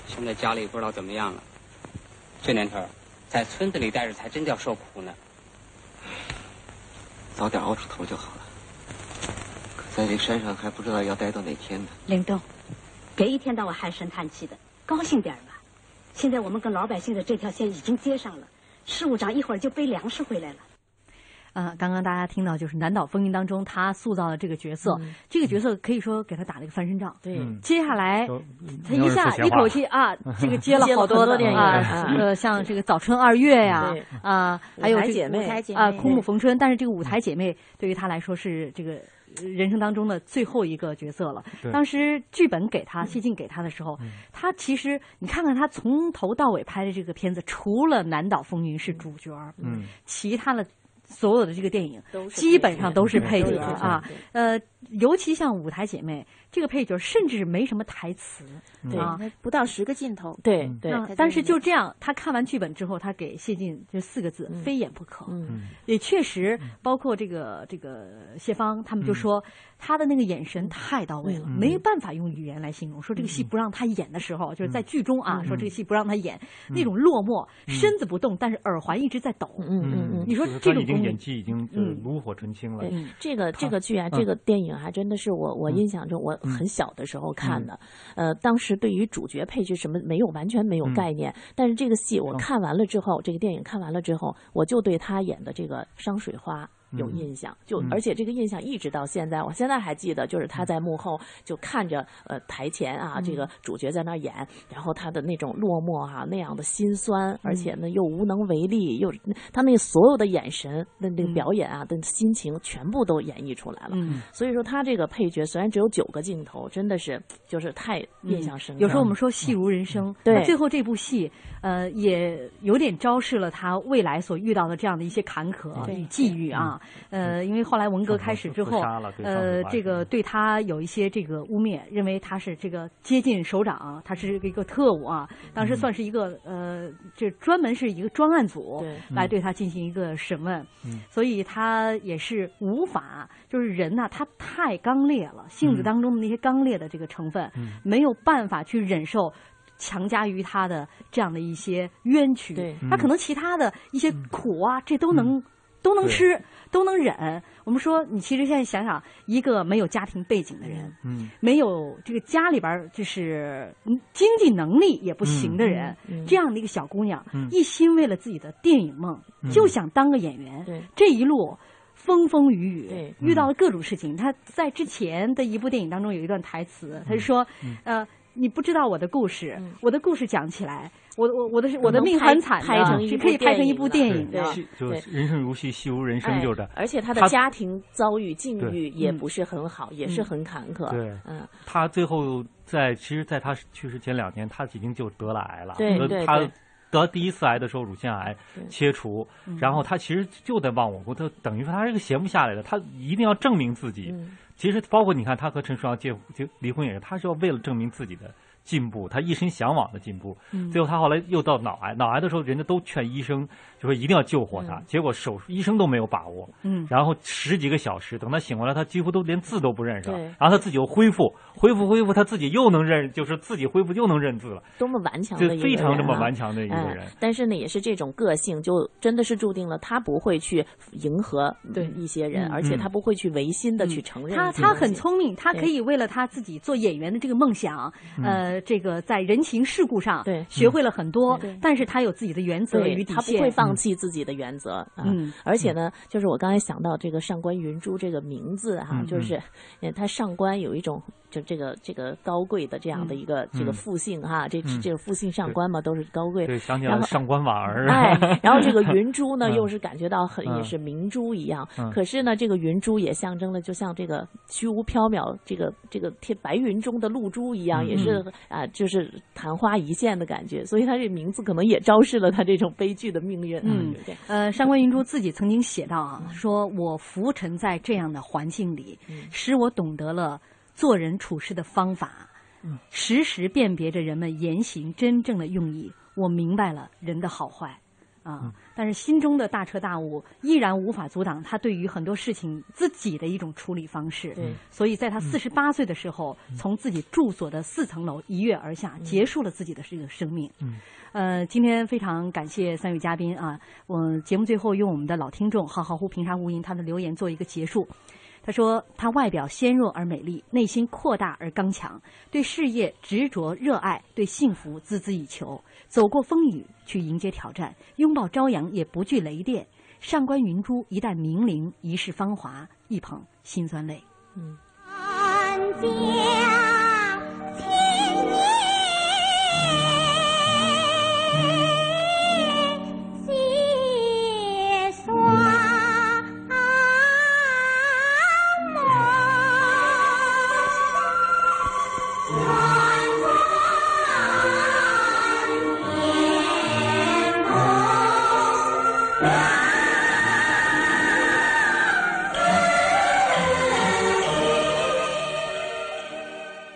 S34: 现在家里不知道怎么样了。这年头儿，在村子里待着才真叫受苦呢。
S12: 早点熬出头就好了。可在这山上还不知道要待到哪天呢。
S19: 林东，别一天到晚唉声叹气的，高兴点儿吧。现在我们跟老百姓的这条线已经接上了，事务长一会儿就背粮食回来了。
S8: 啊、刚刚大家听到就是《南岛风云》当中他塑造的这个角色，这个角色可以说给他打了一个翻身仗。
S9: 嗯对嗯
S8: 接下来
S9: 就
S8: 他
S9: 没有
S8: 一
S9: 人
S8: 下
S9: 说闲
S8: 一
S9: 话
S8: 口气啊，
S9: <laughs>
S8: 这个接了
S9: 接了
S8: 好
S9: 很
S8: 的
S9: 多电影
S8: 啊，
S9: 嗯 <laughs>
S8: 呃，像这个《早春二月》呀
S9: 对，嗯
S8: 啊，还有这个
S9: 舞台姐妹嗯
S8: 啊，《枯木逢春》，但是这个舞台姐妹对于他来说是这个。呃人生当中的最后一个角色了。
S31: 对
S8: 当时剧本给他，谢晋给他的时
S9: 嗯
S8: 候，他其实你看看他从头到尾拍的这个片子，除了《南岛风云》是主角，
S31: 嗯，
S8: 其他的所有的这个电影
S31: 都是
S8: 基本上都是配
S31: 配
S8: 角
S31: 角
S8: 啊，呃，尤其像《舞台姐妹》这个配角，甚至没什么台词，
S3: 对
S8: 啊，
S3: 不到十个镜头，
S9: 对
S8: 嗯
S9: 对
S8: 啊但是就这样，他看完剧本之后，他给谢晋就四个字：非演不可。
S9: 嗯，
S8: 也确实，包括这个这个谢芳他们就说，他的那个眼神太到位了，
S9: 嗯
S8: 没办法用语言来形容。说这个戏不让他演的时候，就是在剧中啊，
S9: 嗯
S8: 说这个戏不让他演，那种落寞，身子不动，但是耳环一直在抖。嗯
S9: 嗯嗯
S8: 你说
S11: 就是
S8: 这
S11: 他
S8: 种
S11: 已经
S8: 功
S11: 演
S8: 力，
S11: 技已经呃
S8: 嗯
S11: 炉火纯青了
S9: 对。，这个
S11: 他
S9: 这个剧啊，
S11: 嗯
S9: 这个电影还真的是我我印象中我很小的时候看的，呃，当时对于主角配置什么没有完全没有概念，但是这个戏我看完了之后，这个电影看完了之后，我就对他演的这个商水花。有
S8: 嗯
S9: 印象，就
S8: 嗯
S9: 而且这个印象一直到现在，我现在还记得，就是他在幕后就看着呃台前啊，这个主角在那儿演，然后他的那种落寞哈、那样的心酸，而且呢又无能为力，又他那所有的眼神那那个
S11: 嗯
S9: 表演啊的心情全部都演绎出来了。
S8: 嗯
S9: 所以说他这个配角虽然只有九个镜头，真的是就是太
S11: 嗯
S9: 印象深刻了。
S8: 嗯有时候我们说戏如人生，
S9: 对
S8: 那最后这部戏，呃，也有点昭示了他未来所遇到的这样的一些坎坷
S9: 对
S8: 与际遇啊。
S11: 嗯
S8: 呃，因为后来文革开始之后
S11: 自杀了，对
S8: 呃，
S11: 上次
S8: 这个对他有一些这个污蔑，认为他是这个接近首长，他是一个特务啊。当时
S11: 嗯
S8: 算是一个呃，这专门是一个专案组
S9: 对
S8: 来
S9: 嗯
S8: 对他进行一个审问。
S9: 嗯
S8: 所以他也是无法，就是人呐、他太刚烈了，性子当中的那些刚烈的这个成分，
S9: 嗯
S8: 没有办法去忍受。强加于他的这样的一些冤屈，
S9: 嗯
S8: 他可能其他的一些苦啊，这都能、都能
S9: 对
S8: 吃，都能忍。我们说，你其实现在想想，一个没有家庭背景的人，
S11: 嗯
S8: 没有这个家里边儿就是嗯经济能力也不行的人，
S9: 嗯嗯嗯
S8: 这样的一个小姑娘，
S9: 嗯
S8: 一心为了自己的电影梦，
S9: 嗯
S8: 就想当个演员。
S9: 对
S8: 这一路。风风雨雨
S9: 对，
S8: 遇到了各种事情。她在之前的一部电影当中有一段台词，她就说：“
S9: 嗯
S8: 呃，你不知道我的故事，我的故事讲起来，我我我的我的命
S9: 拍
S8: 很惨的，
S9: 拍成一
S8: 是
S9: 部
S8: 可以拍成
S9: 电
S8: 一
S9: 影
S8: 部
S9: 的
S8: 电
S11: 对
S8: 影的。
S11: 戏就是人生如戏，戏如人生，
S9: 哎
S11: 就是。
S9: 而且他的
S11: 他
S9: 家庭遭遇境
S11: 对嗯
S9: 遇也不是很好，也是很坎坷。
S11: 对
S9: 嗯，
S11: 他最后在其实，在他去世前两年，他已经就得了癌了。
S9: 对
S11: 得
S9: 对
S11: 他
S9: 对
S11: 得第一次癌的时候，乳腺癌切除
S9: 嗯，
S11: 然后他其实就在忘我国，他等于说他是一个闲不下来的，他一定要证明自己。
S9: 嗯
S11: 其实包括你看，他和陈淑瑶结结离婚也是，他是要为了证明自己的。进步，他一心向往的进步。
S9: 嗯
S11: 最后他后来又到脑癌，脑癌的时候，人家都劝医生，就说一定要救活他。
S9: 嗯
S11: 结果手术医生都没有把握。
S8: 嗯
S11: 然后十几个小时，等他醒过来，他几乎都连字都不认识了。
S9: 对
S11: 然后他自己又恢复，恢复恢复，他自己又能认，就是自己恢复又能认字了。
S9: 多么顽强
S11: 就
S9: 的一个人、啊，
S11: 非常这么顽强的一个人
S9: 哎但是呢，也是这种个性，就真的是注定了他不会去迎合对一些人，
S8: 嗯
S9: 而且他不会去违心的去承
S11: 嗯
S9: 认
S8: 他
S9: 一些
S8: 他
S9: 东
S8: 很
S9: 西
S8: 聪明，他可以为了他自己做演员的这个梦想，
S9: 嗯
S8: 呃，这个在人情世故上学会了很多，但是他有自己的原则
S9: 对
S8: 与底
S9: 他不
S8: 线，
S9: 会放弃自己的原则啊。
S8: 嗯
S9: 而且呢，就是我刚才想到这个上官云珠这个名字哈、
S8: 嗯
S9: 就是呃他上官有一种就这个这个高贵的这样的一个、这个
S11: 嗯
S9: 复姓哈，这
S11: 嗯
S9: 这个复姓上官嘛，都是高贵。
S11: 对，想起
S9: 然
S11: 来
S9: 后
S11: 上官婉儿，
S9: 哎，然后
S11: <laughs>
S9: 这个云珠呢，
S11: 嗯
S9: 又是感觉到很
S11: 嗯
S9: 也是明珠一样
S11: 嗯。
S9: 可是呢，这个云珠也象征了，就像这个虚无缥缈，这个这个天白云中的露珠一样，
S31: 嗯
S9: 也是啊，就是昙花一现的感觉。所以它这名字可能也昭示了它这种悲剧的命运啊。
S8: 嗯
S9: 对不对，
S8: 呃，上官云珠自己曾经写到
S9: 嗯
S8: 啊，说我浮沉在这样的环境里，使我懂得了做人处事的方法，时时辨别着人们言行真正的用意，我明白了人的好坏。啊、但是心中的大彻大悟依然无法阻挡他对于很多事情自己的一种处理方式。
S9: 对
S8: 所以在他四十八岁的时候，从自己住所的四层楼一跃而下，结束了自己的这个生命。
S11: 嗯，
S8: 呃，今天非常感谢三位嘉宾啊，我节目最后用我们的老听众“好好乎平沙无垠”他的留言做一个结束。他说：“她外表纤弱而美丽，内心扩大而刚强，对事业执着热爱，对幸福孜孜以求，走过风雨去迎接挑战，拥抱朝阳也不惧雷电。上官云珠一代名伶，一世芳华，一捧辛酸泪。”
S9: 嗯，